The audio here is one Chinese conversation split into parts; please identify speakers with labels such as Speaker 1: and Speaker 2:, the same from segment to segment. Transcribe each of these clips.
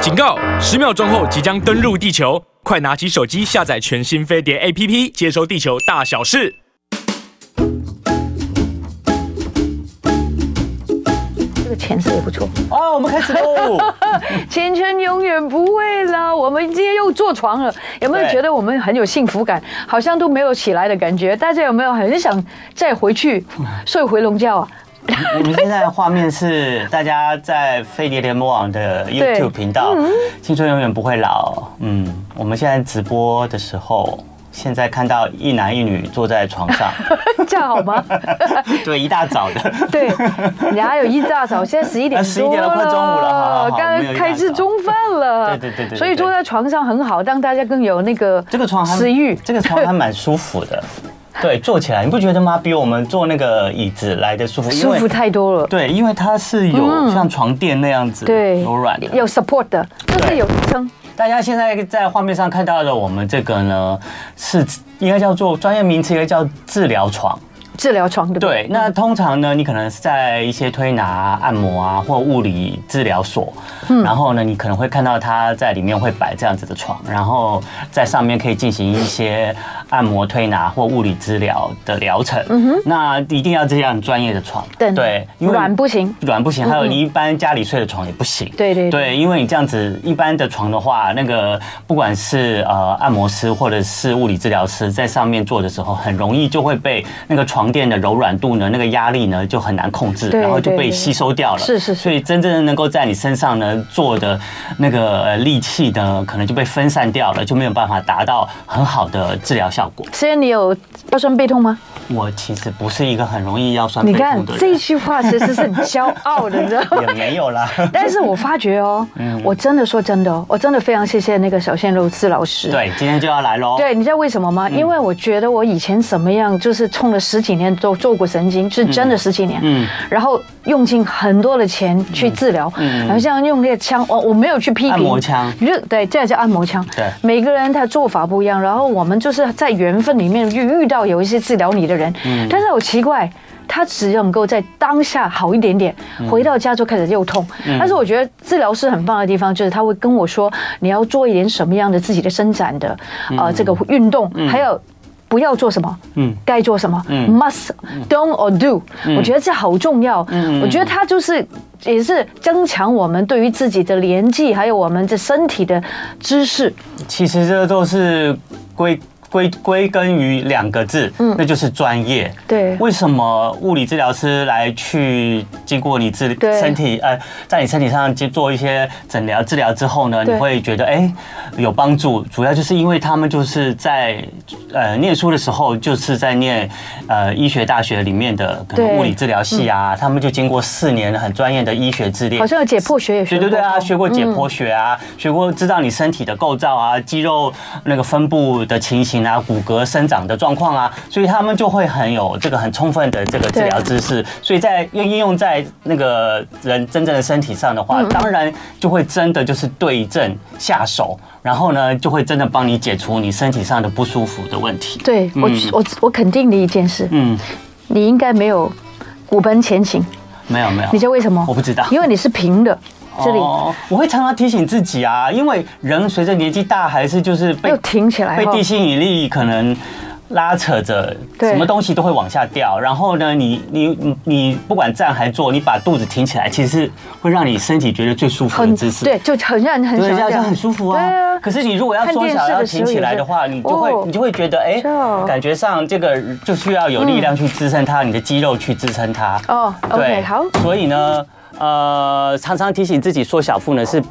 Speaker 1: 警告！十秒钟后即将登陆地球，快拿起手机下载全新飞碟 APP，接收地球大小事。
Speaker 2: 这个前世也不错，
Speaker 3: 哦，我们开始 喽！
Speaker 2: 前程永远不会老。我们今天又坐床了，有没有
Speaker 3: 对
Speaker 2: 觉得我们很有幸福感？好像都没有起来的感觉。大家有没有很想再回 去睡回笼觉啊？
Speaker 3: 我们现在的画面是大家在飞碟联盟网的 YouTube 频道，《青春永远不会老》。嗯，我们现在直播的时候，现在看到一男一女坐在床上，
Speaker 2: 这样好吗？
Speaker 3: 对，一大早的。
Speaker 2: 对，人家有一大早，现在十一点
Speaker 3: 啊
Speaker 2: 多
Speaker 3: 11点了快中午了好好好
Speaker 2: 刚
Speaker 3: 我们
Speaker 2: 刚
Speaker 3: 有一大早
Speaker 2: 开始中饭了。
Speaker 3: 对对对对对
Speaker 2: 所以坐在床上很好，让大家更有那个
Speaker 3: 这个床还
Speaker 2: 食欲。
Speaker 3: 这个床还蛮舒服的。对，坐起来你不觉得吗？比我们坐那个椅子来的舒服，因
Speaker 2: 舒
Speaker 3: 为
Speaker 2: 服太多了。
Speaker 3: 对，因为它是有像床垫那样子
Speaker 2: 对，
Speaker 3: 柔软的，
Speaker 2: 有 support 的，就是
Speaker 3: 对
Speaker 2: 有支撑。
Speaker 3: 大家现在在画面上看到的我们这个呢，是应该叫做专业名词，应该叫治疗床。
Speaker 2: 治疗床对不对？
Speaker 3: 对，那通常呢，你可能是在一些推拿、按摩啊，或物理治疗所，
Speaker 2: 嗯
Speaker 3: 然后呢，你可能会看到它在里面会摆这样子的床，然后在上面可以进行一些按摩、推拿或物理治疗的疗程。那一定要这样专业的床，
Speaker 2: 嗯对
Speaker 3: 对，
Speaker 2: 软不行
Speaker 3: 软不行，还有
Speaker 2: 嗯嗯
Speaker 3: 你一般家里睡的床也不行。
Speaker 2: 对对对
Speaker 3: 对，因为你这样子一般的床的话，那个不管是呃按摩师或者是物理治疗师在上面做的时候，很容易就会被那个床垫的柔软度呢，那个压力呢就很难控制，
Speaker 2: 对
Speaker 3: 然后就
Speaker 2: 对
Speaker 3: 被
Speaker 2: 对
Speaker 3: 吸收掉了。
Speaker 2: 是是是
Speaker 3: 所以真正的能够在你身上呢做的那个呃力气呢，可能就被分散掉了，就没有办法达到很好的治疗效果。
Speaker 2: 虽然你有腰酸背痛吗？
Speaker 3: 我其实不是一个很容易腰酸
Speaker 2: 你
Speaker 3: 背
Speaker 2: 看
Speaker 3: 痛的
Speaker 2: 这一
Speaker 3: 人，
Speaker 2: 句话其实是很骄傲的，你知道 吗？
Speaker 3: 也没有啦。
Speaker 2: 但是我发觉哦，
Speaker 3: 嗯
Speaker 2: 我真的说真的哦，我真的非常谢谢那个小鲜肉志老师。
Speaker 3: 对，嗯今天就要来喽。
Speaker 2: 对，你知道为什么吗？因为我觉得我以前什么样，就是冲了十几年都做过神经，是真的十几年，嗯
Speaker 3: 嗯，
Speaker 2: 然后用尽很多的钱去治疗，然后像用那个枪，哦我我没有去批评
Speaker 3: 嗯按摩枪
Speaker 2: 就对，这叫按摩枪，
Speaker 3: 对
Speaker 2: 每个人他做法不一样，然后我们就是在缘分里面就遇到有一些治疗你的人，但是好奇怪。他只能够在当下好一点点，回到家就开始又痛。但是我觉得治疗师很棒的地方就是他会跟我说，你要做一点什么样的自己的伸展的，呃，这个运动，还有不要做什么，嗯
Speaker 3: 嗯，
Speaker 2: 该做什么、
Speaker 3: 嗯嗯
Speaker 2: m u s t don't or do，、我觉得这好重要。我觉得它就是也是增强我们对于自己的年纪，还有我们这身体的知识。
Speaker 3: 其实这都是归归归根于两个字，那就是专业。
Speaker 2: 嗯对
Speaker 3: 为什么物理治疗师来去经过你治
Speaker 2: 对
Speaker 3: 身体呃，在你身体上去做一些诊疗治疗之后呢，你
Speaker 2: 对
Speaker 3: 会觉得哎、有帮助，主要就是因为他们就是在呃念书的时候就是在念呃医学大学里面的可
Speaker 2: 对嗯
Speaker 3: 能物理治疗系啊，他们就经过四年很专业的医学治疗，
Speaker 2: 好像有解剖学也学过，
Speaker 3: 对
Speaker 2: 嗯
Speaker 3: 对对啊，学过解剖学啊，学过知道你身体的构造啊，肌肉那个分布的情形啊，骨骼生长的状况啊，所以他们就会很有这个很充分的这个治疗知识，所以在用应用在那个人真正的身体上的
Speaker 2: 嗯
Speaker 3: 话，当然就会真的就是对症下手，然后呢就会真的帮你解除你身体上的不舒服的问题。
Speaker 2: 对我、我我肯定你一件事，
Speaker 3: 嗯，
Speaker 2: 你应该没有骨盆前倾，
Speaker 3: 没有没有，
Speaker 2: 你知道为什么？
Speaker 3: 我不知道
Speaker 2: 因为你是平的，这里
Speaker 3: 哦，我会常常提醒自己啊，因为人随着年纪大，还是就是被
Speaker 2: 又挺起来
Speaker 3: 被
Speaker 2: 哈
Speaker 3: 地心引力可能。拉扯着，
Speaker 2: 对
Speaker 3: 什么东西都会往下掉。然后呢，你你你你不管站还坐，你把肚子挺起来，其实是会让你身体觉得最舒服的姿势。
Speaker 2: 对，就很让人很
Speaker 3: 对，
Speaker 2: 想
Speaker 3: 这样
Speaker 2: 这样
Speaker 3: 很舒服啊。
Speaker 2: 对啊，
Speaker 3: 可是你如果要
Speaker 2: 看
Speaker 3: 缩
Speaker 2: 电视
Speaker 3: 小、要
Speaker 2: 的时候
Speaker 3: 挺起
Speaker 2: 也
Speaker 3: 来
Speaker 2: 是
Speaker 3: 的话，你就会、
Speaker 2: 哦
Speaker 3: 你就会觉得，哎、
Speaker 2: 是哦
Speaker 3: 感觉上这个就需要有力量去支撑它，你的肌肉去支撑它。
Speaker 2: 哦，OK，好。
Speaker 3: 所以呢，呃，常常提醒自己缩小腹呢是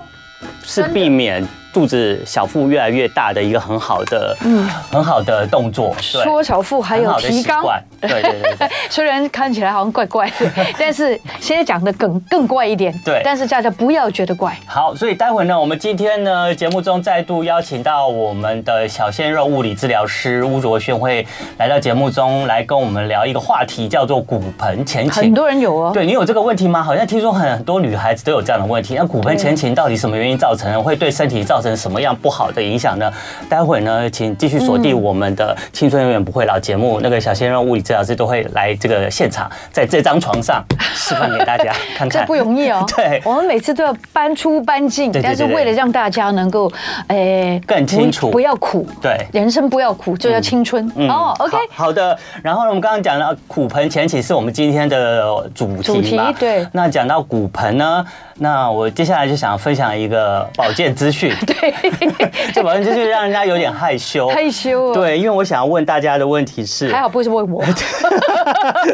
Speaker 3: 是
Speaker 2: 真的
Speaker 3: 避免肚子小腹越来越大的一个很好的，嗯，很好的动作，对
Speaker 2: 缩小腹还
Speaker 3: 很
Speaker 2: 有
Speaker 3: 好的
Speaker 2: 提
Speaker 3: 习
Speaker 2: 肛。
Speaker 3: 惯，对对对对。
Speaker 2: 虽然看起来好像怪怪 的，但是现在讲的更更怪一点。
Speaker 3: 对
Speaker 2: 但是大家不要觉得怪。
Speaker 3: 好，所以待会呢，我们今天呢节目中再度邀请到我们的小鲜肉物理治疗师巫卓轩会来到节目中来跟我们聊一个话题，叫做骨盆前倾。
Speaker 2: 很多人有哦，
Speaker 3: 对你有这个问题吗？好像听说很多女孩子都有这样的问题。那骨盆前倾到底什么原因造成？会对身体造成什么样不好的影响呢？待会呢，请继续锁定我们的《青春永远不会老》节目，那个小鲜肉物理治疗师都会来这个现场，在这张床上示范给大家看看。。
Speaker 2: 这不容易哦
Speaker 3: 对
Speaker 2: 我们每次都要搬出搬进，
Speaker 3: 对对
Speaker 2: 但是为了让大家能够，诶，
Speaker 3: 更清
Speaker 2: 不
Speaker 3: 楚
Speaker 2: 不要苦，
Speaker 3: 对嗯
Speaker 2: 人生不要苦，就要青春。哦，OK，
Speaker 3: 好好的。然后呢，我们刚刚讲了苦盆前倾是我们今天的主
Speaker 2: 主
Speaker 3: 题
Speaker 2: 题
Speaker 3: 嘛？
Speaker 2: 对
Speaker 3: 那讲到骨盆呢，那我接下来就想分享一个保健资讯。
Speaker 2: 对，
Speaker 3: 这保健资讯让人家有点害羞。
Speaker 2: 害羞哦
Speaker 3: 对，因为我想要问大家的问题是，
Speaker 2: 还好不是问我，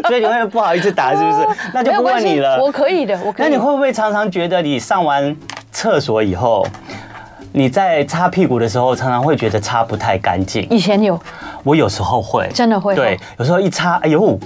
Speaker 3: 所以你会不好意思答是 不是？那就
Speaker 2: 没有
Speaker 3: 不
Speaker 2: 关
Speaker 3: 问
Speaker 2: 系
Speaker 3: 你了。
Speaker 2: 我可以的，我可
Speaker 3: 那
Speaker 2: 以。
Speaker 3: 你会不会常常觉得你上完厕所以后，你在擦屁股的时候，常常会觉得擦不太干净？
Speaker 2: 以前有，
Speaker 3: 我有时候会，
Speaker 2: 真的会哦
Speaker 3: 对，有时候一擦，哎呦，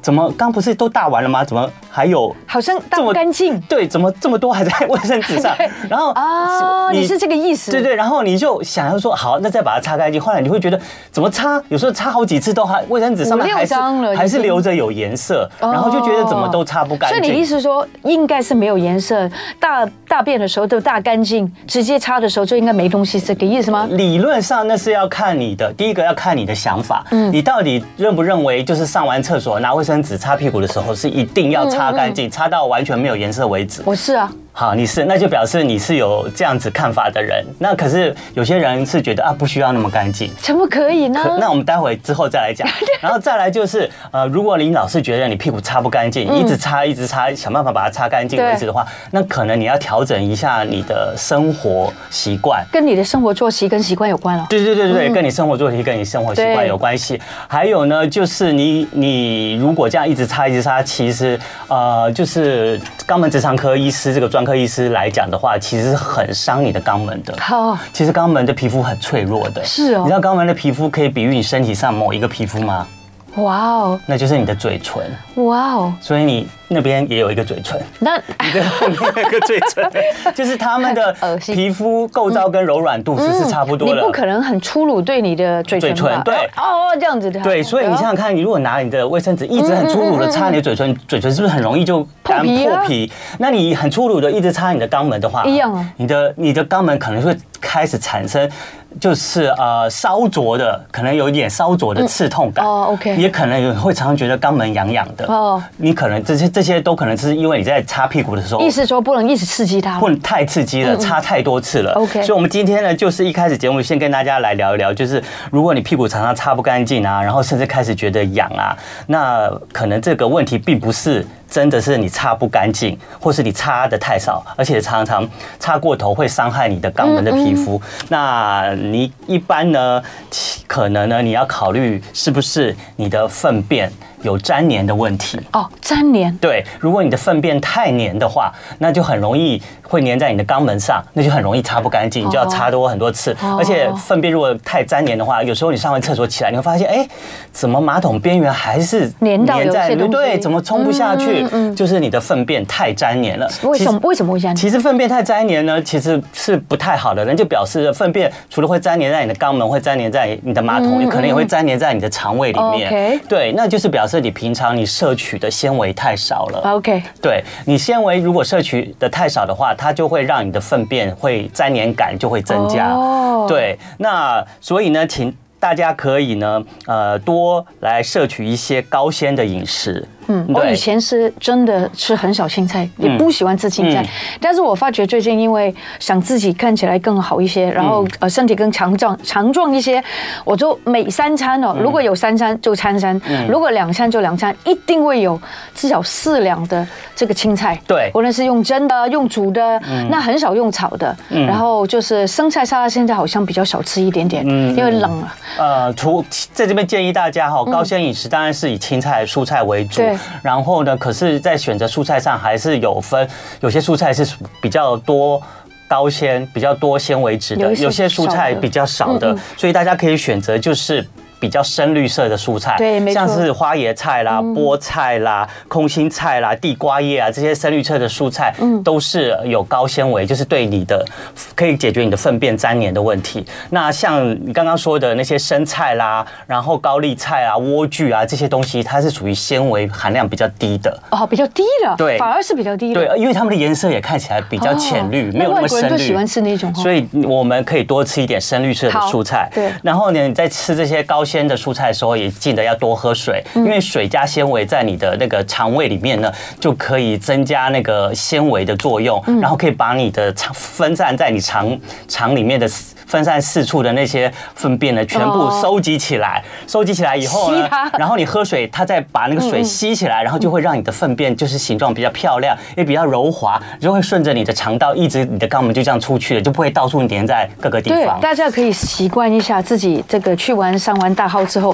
Speaker 3: 怎么刚不是都大完了吗？怎么还有？
Speaker 2: 好像
Speaker 3: 这
Speaker 2: 大
Speaker 3: 么
Speaker 2: 不干净。
Speaker 3: 对，怎么这么多还在 卫生纸上
Speaker 2: 对？
Speaker 3: 然后
Speaker 2: 哦，你是这个意思？
Speaker 3: 对对，然后你就想要说好，那再把它擦干净。后来你会觉得怎么擦，有时候擦好几次都还卫生纸上面
Speaker 2: 五六
Speaker 3: 还是
Speaker 2: 张了已经
Speaker 3: 还是留着有颜色，
Speaker 2: 哦
Speaker 3: 然后就觉得怎么都擦不干
Speaker 2: 所以你的意
Speaker 3: 净。
Speaker 2: 思说，应该是没有颜色，大大便的时候都大干净，直接擦的时候就应该没东西，是这个意思吗？
Speaker 3: 理论上那是要看你的，第一个要看你的想法，
Speaker 2: 嗯
Speaker 3: 你到底认不认为就是上完厕所拿卫生纸擦屁股的时候是一定要擦干
Speaker 2: 嗯
Speaker 3: 净，擦到完全没有颜色为止。
Speaker 2: 我是啊，
Speaker 3: 好，你是那就表示你是有这样子看法的人。那可是有些人是觉得啊不需要那么干净，
Speaker 2: 怎么可以呢？
Speaker 3: 可那我们待会之后再 来讲，然后再来就是呃，如果你老是觉得你屁股擦不干净，一直擦一直擦，想办法把它擦干净
Speaker 2: 嗯对
Speaker 3: 为止的话，那可能你要调整一下你的生活习惯。
Speaker 2: 跟你的生活作息跟习惯有关了。
Speaker 3: 对对对对，跟你生活作息、跟你生活习惯
Speaker 2: 嗯对
Speaker 3: 有关系。还有呢，就是你你如果这样一直擦一直擦，其实呃，就是肛门直肠科医师这个专科医师来讲的话，其实是很伤你的肛门的。
Speaker 2: 好，
Speaker 3: 其实肛门的皮肤很脆弱的，
Speaker 2: 是哦
Speaker 3: 你知道肛门的皮肤可以比喻你身体上某一个皮肤吗？
Speaker 2: 哇哦，
Speaker 3: 那就是你的嘴唇，
Speaker 2: 哇哦，
Speaker 3: 所以你那边也有一个嘴 唇，
Speaker 2: 那哎
Speaker 3: 你的后面有一个嘴唇， 就是他们 的
Speaker 2: 恶心嗯
Speaker 3: 皮肤构造跟柔软度是是差不多
Speaker 2: 你
Speaker 3: 的。
Speaker 2: 不可能很粗鲁对你的嘴唇吧？
Speaker 3: 嘴唇对
Speaker 2: 哦，哦这样子的。
Speaker 3: 对，所以你想想看，你如果拿你的卫生纸一直很粗鲁的擦你的嘴
Speaker 2: 嗯
Speaker 3: 唇，嘴唇是不是很容易就干
Speaker 2: 破皮啊
Speaker 3: 破皮？那你很粗鲁的一直擦你的肛门的话，
Speaker 2: 一样啊
Speaker 3: 你的你的肛门可能会开始产生。就是呃烧灼的，可能有一点烧灼的刺痛感。
Speaker 2: 嗯哦，OK
Speaker 3: 也可能有会常常觉得肛门痒痒的。
Speaker 2: 哦
Speaker 3: 你可能这些这些都可能是因为你在擦屁股的时候
Speaker 2: 意思说不能一直刺激它。
Speaker 3: 混太刺激了，擦太多次了。
Speaker 2: OK
Speaker 3: 所以我们今天呢，就是一开始节目先跟大家来聊一聊，就是如果你屁股常常擦不干净啊，然后甚至开始觉得痒啊，那可能这个问题并不是。真的是你擦不干净，或是你擦的太少，而且常常擦过头会伤害你的肛门的皮肤。那你一般呢，其可能呢，你要考虑是不是你的粪便有粘黏的问题。
Speaker 2: 哦，粘连。
Speaker 3: 对，如果你的粪便太黏的话，那就很容易会黏在你的肛门上，那就很容易擦不干净，你就要擦多很多次。
Speaker 2: 哦
Speaker 3: 而且粪便如果太粘黏的话，有时候你上完厕所起来，你会发现，哎，怎么马桶边缘还是
Speaker 2: 黏到有一些
Speaker 3: 在
Speaker 2: 东西嗯
Speaker 3: 对，怎么冲不下去？就是你的粪便太粘黏了。
Speaker 2: 为
Speaker 3: 其
Speaker 2: 什
Speaker 3: 实
Speaker 2: 么？为什么会这样？
Speaker 3: 其实粪便太粘黏呢，其实是不太好的。人就表示粪便除了会粘黏在你的肛门，会粘黏在你的马桶，也可能也会粘黏在你的肠胃里面。
Speaker 2: 嗯 OK
Speaker 3: 对，那就是表示你平常你摄取的纤维太少了。
Speaker 2: 啊 OK，
Speaker 3: 对你纤维如果摄取的太少的话，它就会让你的粪便会粘黏感就会增加。
Speaker 2: 哦
Speaker 3: 对，那所以呢，请大家可以呢，呃，多来摄取一些高纤的饮食。
Speaker 2: 嗯，我以前是真的吃很少青菜，也不喜欢吃青菜。
Speaker 3: 嗯
Speaker 2: 但是我发觉最近因为想自己看起来更好一些，然后、
Speaker 3: 嗯
Speaker 2: 呃身体更强壮强壮一些，我就每三餐
Speaker 3: 嗯
Speaker 2: 哦，如果有三餐就三餐，如果两餐就两餐，一定会有至少四两的这个青菜。
Speaker 3: 对嗯
Speaker 2: 无论是用蒸的、用煮的，那很少用炒的。然后就是生菜沙拉，现在好像比较少吃一点点，
Speaker 3: 嗯
Speaker 2: 因为冷啊了。
Speaker 3: 呃，除在这边建议大家哈，高纤饮食当然是以青菜、蔬菜为主
Speaker 2: 嗯对，
Speaker 3: 然后呢，可是，在选择蔬菜上还是有分，有些蔬菜是比较多。高纤比较多纤维质的，
Speaker 2: 有一些
Speaker 3: 有些蔬菜
Speaker 2: 少的
Speaker 3: 比较少的，
Speaker 2: 嗯嗯
Speaker 3: 所以大家可以选择就是比较深绿色的蔬菜，
Speaker 2: 对没错嗯
Speaker 3: 像是花椰菜啦、菠菜啦、空心菜啦、地瓜叶啊这些深绿色的蔬菜，
Speaker 2: 嗯
Speaker 3: 都是有高纤维，就是对你的可以解决你的粪便粘黏的问题。那像你刚刚说的那些生菜啦，然后高丽菜啊、莴苣啊这些东西，它是属于纤维含量比较低的。
Speaker 2: 哦，比较低的，
Speaker 3: 对
Speaker 2: 反而是比较低的，
Speaker 3: 对，因为它们的颜色也看起来比较浅
Speaker 2: 嗯
Speaker 3: 绿，
Speaker 2: 哦
Speaker 3: 没有那
Speaker 2: 那外
Speaker 3: 么深
Speaker 2: 国人
Speaker 3: 绿。
Speaker 2: 都喜欢吃那种哦
Speaker 3: 所以我们可以多吃一点深绿色的
Speaker 2: 好
Speaker 3: 蔬菜。
Speaker 2: 对
Speaker 3: 然后呢，你在吃这些高纤的蔬菜的时候，也记得要多喝水，
Speaker 2: 嗯
Speaker 3: 因为水加纤维在你的那个肠胃里面呢，就可以增加那个纤维的作用，
Speaker 2: 嗯
Speaker 3: 然后可以把你的肠分散在你肠肠里面的四。分散四处的那些粪便呢，全部
Speaker 2: 哦
Speaker 3: 收集起来，收集起来以后
Speaker 2: 吸
Speaker 3: 呢
Speaker 2: 它，
Speaker 3: 然后你喝水，它再把那个水吸起来，然后就会让你的粪便就是形状比较漂亮，也比较柔滑，就会顺着你的肠道一直你的肛门就这样出去了，就不会到处粘在各个地
Speaker 2: 对
Speaker 3: 方，。
Speaker 2: 大家可以习惯一下自己这个去完上完大号之后，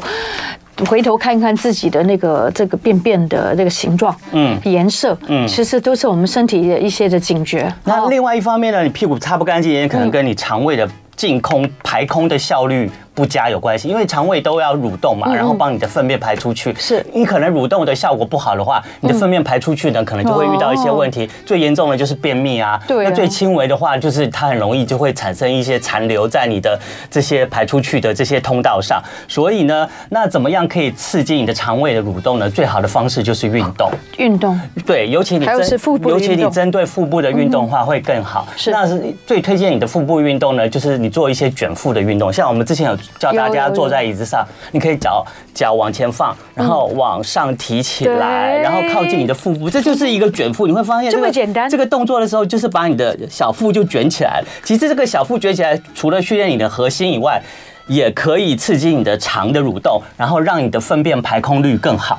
Speaker 2: 回头看看自己的那个这个便便的这个形状，嗯，颜色，嗯，其实都是我们身体的一些的警觉。
Speaker 3: 那
Speaker 2: 哦
Speaker 3: 另外一方面呢，你屁股擦不干净，也可能跟你肠胃的净空排空的效率不佳有关系，因为肠胃都要蠕动嘛，然后帮你的粪便排出去。
Speaker 2: 嗯是嗯
Speaker 3: 你可能蠕动的效果不好的话，你的粪便排出去呢，可能就会遇到一些问题。最严重的就是便秘啊，
Speaker 2: 哦对啊
Speaker 3: 那最轻微的话就是它很容易就会产生一些残留在你的这些排出去的这些通道上。所以呢，那怎么样可以刺激你的肠胃的蠕动呢？最好的方式就是运动。
Speaker 2: 运动，
Speaker 3: 对，尤其你
Speaker 2: 还有
Speaker 3: 针
Speaker 2: 是腹部的
Speaker 3: 尤其
Speaker 2: 运
Speaker 3: 你
Speaker 2: 动嗯
Speaker 3: 针对腹部的运动的话会更好。
Speaker 2: 是
Speaker 3: 那是最推荐你的腹部运动呢，就是你做一些卷腹的运动，
Speaker 2: 嗯
Speaker 3: 像我们之前有教大
Speaker 2: 有
Speaker 3: 家
Speaker 2: 有
Speaker 3: 坐
Speaker 2: 有
Speaker 3: 在椅子上，你可以脚脚往前放，然后往上提起来，
Speaker 2: 嗯对
Speaker 3: 然后靠近你的腹部，这就是一个卷腹。你会发现
Speaker 2: 这么
Speaker 3: 个
Speaker 2: 简单
Speaker 3: 这个动作的时候，就是把你的小腹就卷起来了。其实这个小腹卷起来，除了训练你的核心以外。也可以刺激你的肠的蠕动，然后让你的粪便排空率更好。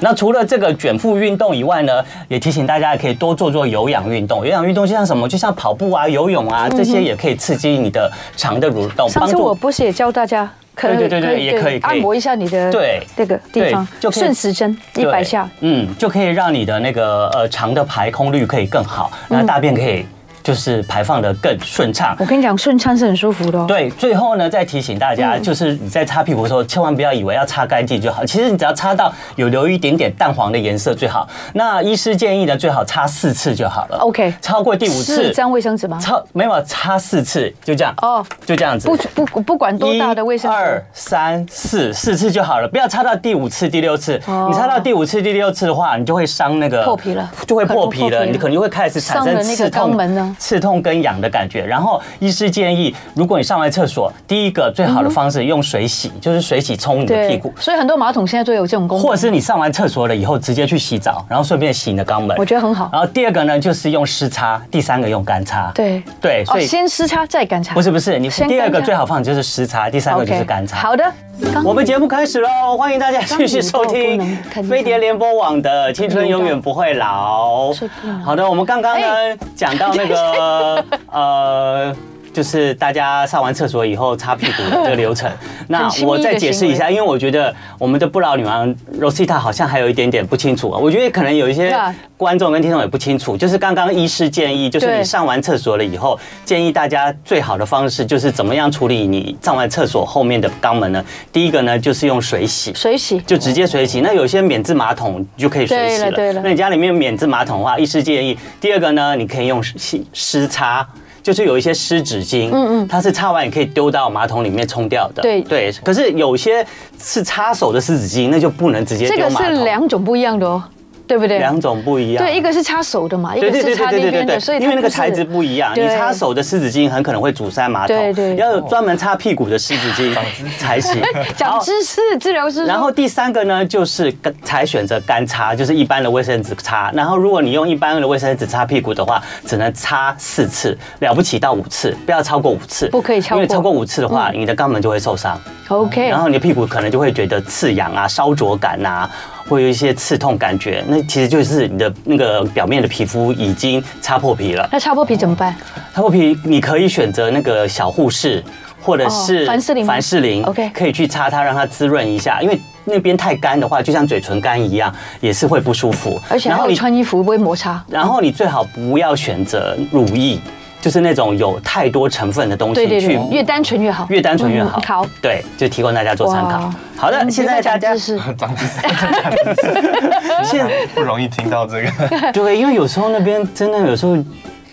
Speaker 3: 那除了这个卷腹运动以外呢，也提醒大家可以多做做有氧运动。有氧运动就像什么？就像跑步啊、游泳啊，这些也可以刺激你的肠的蠕动，
Speaker 2: 嗯上次我不是也教大家。可
Speaker 3: 对对对对也可以可
Speaker 2: 按
Speaker 3: 以
Speaker 2: 摩一下你的
Speaker 3: 对
Speaker 2: 这个地方
Speaker 3: 对就，可以
Speaker 2: 顺时针一百
Speaker 3: 对
Speaker 2: 下，，
Speaker 3: 嗯，就可以让你的那个呃肠的排空率可以更好，
Speaker 2: 嗯
Speaker 3: 那大便可以就是排放的更顺畅。
Speaker 2: 我跟你讲，顺畅是很舒服的哦。嗯
Speaker 3: 对，最后呢，再提醒大家，就是你在擦屁股的时候，千万不要以为要擦干净就好，其实你只要擦到有留一点点淡黄的颜色最好。那医师建议呢，最好擦四次就好了。
Speaker 2: OK
Speaker 3: 超过第五次
Speaker 2: 是张卫生纸吗？
Speaker 3: 擦没有擦四次，就这样
Speaker 2: 哦
Speaker 3: 哦，就这样子。
Speaker 2: 不不不管多大的卫生
Speaker 3: 一
Speaker 2: 纸
Speaker 3: 二，三四四次就好了，不要擦到第五次、第六次。
Speaker 2: 哦
Speaker 3: 你擦到第五次、第六次的话，你就会伤那个
Speaker 2: 破皮了
Speaker 3: 就会破皮
Speaker 2: 可能会破
Speaker 3: 了，
Speaker 2: 皮了
Speaker 3: 你可能就会开始产
Speaker 2: 伤了
Speaker 3: 生
Speaker 2: 那
Speaker 3: 刺
Speaker 2: 个
Speaker 3: 痛
Speaker 2: 肛门呢
Speaker 3: 刺痛跟痒的感觉。然后医师建议，如果你上完厕所，第一个最好的方式用水洗，就是水洗冲你的屁
Speaker 2: 嗯对
Speaker 3: 股，，
Speaker 2: 所以很多马桶现在都有这种功能，
Speaker 3: 或者是你上完厕所了以后直接去洗澡，然后顺便洗你的肛门
Speaker 2: 我。觉得很好。
Speaker 3: 然后第二个呢，就是用湿擦，第三个用干擦。
Speaker 2: 对
Speaker 3: 对，
Speaker 2: 哦，
Speaker 3: 所以
Speaker 2: 先湿擦再干擦，
Speaker 3: 不是不是，你
Speaker 2: 先
Speaker 3: 第二
Speaker 2: 干
Speaker 3: 个
Speaker 2: 擦
Speaker 3: 最好放的就是湿擦，第三个
Speaker 2: OK，
Speaker 3: 就是干擦。
Speaker 2: 好的，刚
Speaker 3: 我们节目开始喽，欢迎大家继续收
Speaker 2: 刚刚
Speaker 3: 听
Speaker 2: 你都不能看见
Speaker 3: 飞碟联播网的《青春永远不会老
Speaker 2: 是不能》。
Speaker 3: 好的，我们刚刚呢
Speaker 2: 哎
Speaker 3: 讲到那 个呃。就是大家上完厕所以后擦屁股的这个 流程，那
Speaker 2: 亲密
Speaker 3: 我再
Speaker 2: 的
Speaker 3: 解释一下，因为我觉得我们的不老女王 Rosita 好像还有一点点不清楚啊，我觉得可能有一些
Speaker 2: 对啊
Speaker 3: 观众跟听众也不清楚，就是刚刚医师建议，就是
Speaker 2: 对
Speaker 3: 你上完厕所了以后，建议大家最好的方式就是怎么样处理你上完厕所后面的肛门呢？第一个呢，就是用水洗。
Speaker 2: 水洗，
Speaker 3: 就直接水洗，那有些免治马桶就可以水洗
Speaker 2: 对了对了
Speaker 3: 那你家里面有免治马桶的话，医师建议，第二个呢，你可以用湿湿擦，就是有一些湿纸巾，嗯嗯，它是擦完也可以丢到马桶里面冲掉的。
Speaker 2: 对
Speaker 3: 对，可是有些是擦手的湿纸巾，那就不能直接
Speaker 2: 这
Speaker 3: 丢
Speaker 2: 个
Speaker 3: 马桶。
Speaker 2: 是两种不一样的哦，对不对？
Speaker 3: 两种不一样。
Speaker 2: 对，一个是擦手的嘛，一
Speaker 3: 对
Speaker 2: 个
Speaker 3: 对
Speaker 2: 是
Speaker 3: 对
Speaker 2: 擦那
Speaker 3: 对对对
Speaker 2: 边
Speaker 3: 对
Speaker 2: 的，所以它
Speaker 3: 因为那个
Speaker 2: 不是
Speaker 3: 材质不一样，你
Speaker 2: 对
Speaker 3: 擦手的湿纸巾很可能会阻塞马桶，
Speaker 2: 对对
Speaker 3: 要有专门擦屁股的湿纸巾 才行。
Speaker 2: 讲知识，治疗师，
Speaker 3: 然后第三个呢，就是干才选择干擦，就是一般的卫生纸擦。然后如果你用一般的卫生纸擦屁股的话，只能擦四次，了不起到五次，不要超过五次，
Speaker 2: 不可以超过嗯
Speaker 3: 因为超过五次的话，你的肛门就会受伤，
Speaker 2: OK
Speaker 3: 然。后你的屁股可能就会觉得刺痒啊、烧灼感啊，会有一些刺痛感觉。那其实就是你的那个表面的皮肤已经擦破皮了。
Speaker 2: 那擦破皮怎么办？
Speaker 3: 它会皮你可以选择那个小护士，或者是
Speaker 2: 哦凡士林吗
Speaker 3: 凡士林
Speaker 2: OK
Speaker 3: 可以去擦它，让它滋润一下，因为那边太干的话，就像嘴唇干一样，也是会不舒服。
Speaker 2: 而且
Speaker 3: 然
Speaker 2: 还
Speaker 3: 后
Speaker 2: 有
Speaker 3: 你，
Speaker 2: 穿衣服不会摩擦，
Speaker 3: 然后你最好不要选择乳液。就是那种有太多成分的东
Speaker 2: 对
Speaker 3: 西
Speaker 2: 对
Speaker 3: 去
Speaker 2: 对，越单纯越好，
Speaker 3: 越单纯越好。
Speaker 2: 嗯好，
Speaker 3: 对，就提供大家做参考
Speaker 2: 哇。嗯
Speaker 3: 好的，现在大家
Speaker 2: 长知 识
Speaker 4: 长知识，长知
Speaker 3: 现
Speaker 4: 识，不容易听到这个。
Speaker 3: 对，因为有时候那边真的有时候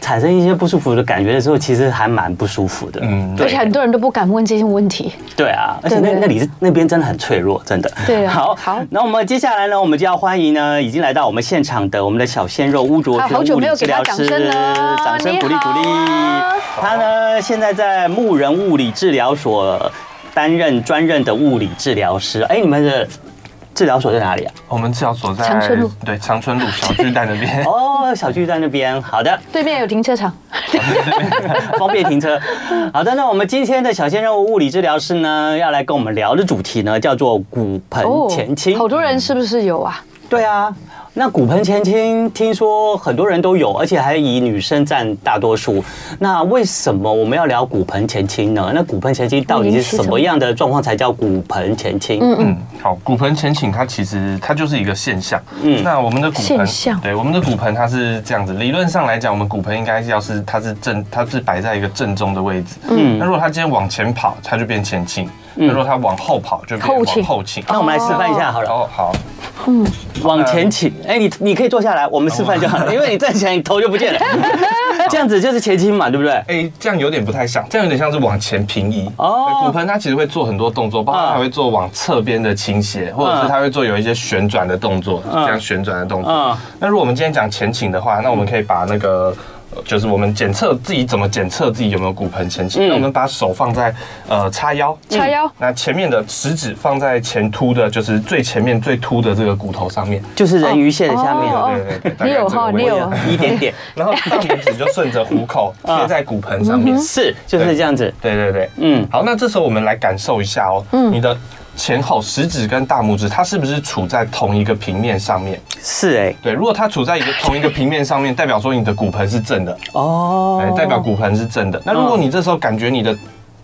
Speaker 3: 产生一些不舒服的感觉的时候，其实还蛮不舒服的。
Speaker 4: 嗯
Speaker 3: 嗯，
Speaker 2: 而且很多人都不敢问这些问题。
Speaker 3: 对啊，而且那
Speaker 2: 对对
Speaker 3: 那里是那边真的很脆弱，真的。
Speaker 2: 对啊
Speaker 3: 好，
Speaker 2: 好
Speaker 3: 那我们接下来呢，我们就要欢迎呢，已经来到我们现场的我们的小鲜肉巫卓
Speaker 2: 啊
Speaker 3: 轩
Speaker 2: 好久
Speaker 3: 物
Speaker 2: 没
Speaker 3: 理
Speaker 2: 有
Speaker 3: 治
Speaker 2: 给他
Speaker 3: 疗
Speaker 2: 掌
Speaker 3: 师，
Speaker 2: 声了
Speaker 3: 掌声
Speaker 2: 你
Speaker 3: 鼓励鼓励
Speaker 2: 好。
Speaker 3: 他呢，现在在牧人物理治疗所担任专任的物理治疗师。哎，你们的治疗所在哪里啊？
Speaker 4: 我们治疗所在
Speaker 2: 长春路
Speaker 4: 对长春路小巨蛋 那边。
Speaker 3: 哦，小区在那边。好的，
Speaker 2: 对面有停车场，
Speaker 3: 方便停车。好的，那我们今天的小鲜肉物理治疗师呢，要来跟我们聊的主题呢，叫做骨盆
Speaker 2: 哦
Speaker 3: 前倾。
Speaker 2: 好多人是不是有啊？
Speaker 3: 对啊，那骨盆前倾听说很多人都有，而且还以女生占大多数。那为什么我们要聊骨盆前倾呢？那骨盆前倾到底是什么样的状况才叫骨盆前倾？嗯
Speaker 4: 嗯，好，骨盆前倾它其实它就是一个现象。
Speaker 3: 嗯
Speaker 4: 嗯，那我们的骨
Speaker 2: 现
Speaker 4: 盆，
Speaker 2: 象
Speaker 4: 对我们的骨盆它是这样子，理论上来讲，我们骨盆应该是要是它是正，它是摆在一个正中的位置。嗯，那如果它今天往前跑，它就变前倾；那如果它往后跑，就变
Speaker 2: 嗯后倾
Speaker 4: 往后倾。
Speaker 3: 那我们来示范一下好了，
Speaker 4: 哦，嗯好，
Speaker 3: 往前倾。哎，你你可以坐下来，我们示范就
Speaker 4: 哦
Speaker 3: 好了， 因为你站起来你头就不见 了，这样子就是前倾嘛，对不对？
Speaker 4: 哎，这样有点不太像，这样有点像是往前平移。
Speaker 3: 哦
Speaker 4: 哦，骨盆它其实会做很多动作，包括
Speaker 3: 嗯
Speaker 4: 它会做往侧边的倾
Speaker 2: 嗯
Speaker 4: 斜，或者是它会做有一些旋转的动作，这样旋转的动
Speaker 3: 嗯
Speaker 4: 作。那如果我们今天讲前倾的话，那我们可以把那个。呃就是我们检测自己怎么检测自己有没有骨盆前倾。
Speaker 3: 嗯
Speaker 4: 那我们把手放在呃叉腰，
Speaker 2: 叉腰
Speaker 4: 那前面的食指放在前凸的，就是最前面最凸的这个骨头上面。
Speaker 3: 就是人鱼线的下面。
Speaker 2: 哦
Speaker 4: 对对对，大
Speaker 2: 你
Speaker 4: 概
Speaker 2: 有
Speaker 4: 这个
Speaker 2: 哈
Speaker 4: 位置
Speaker 2: 你有嗯哦
Speaker 3: 一点点，
Speaker 4: 然后大拇指就顺着 虎口贴在骨盆上面。
Speaker 3: 是就是这样子。
Speaker 4: 对对对，
Speaker 3: 嗯
Speaker 4: 好，那这时候我们来感受一下哦，你的前后食指跟大拇指，它是不是处在同一个平面上面？
Speaker 3: 是哎、
Speaker 4: 对，如果它处在一个同一个平面上面，代表说你的骨盆是正的，
Speaker 3: 哦
Speaker 4: 哎，代表骨盆是正的。那如果你这时候感觉你的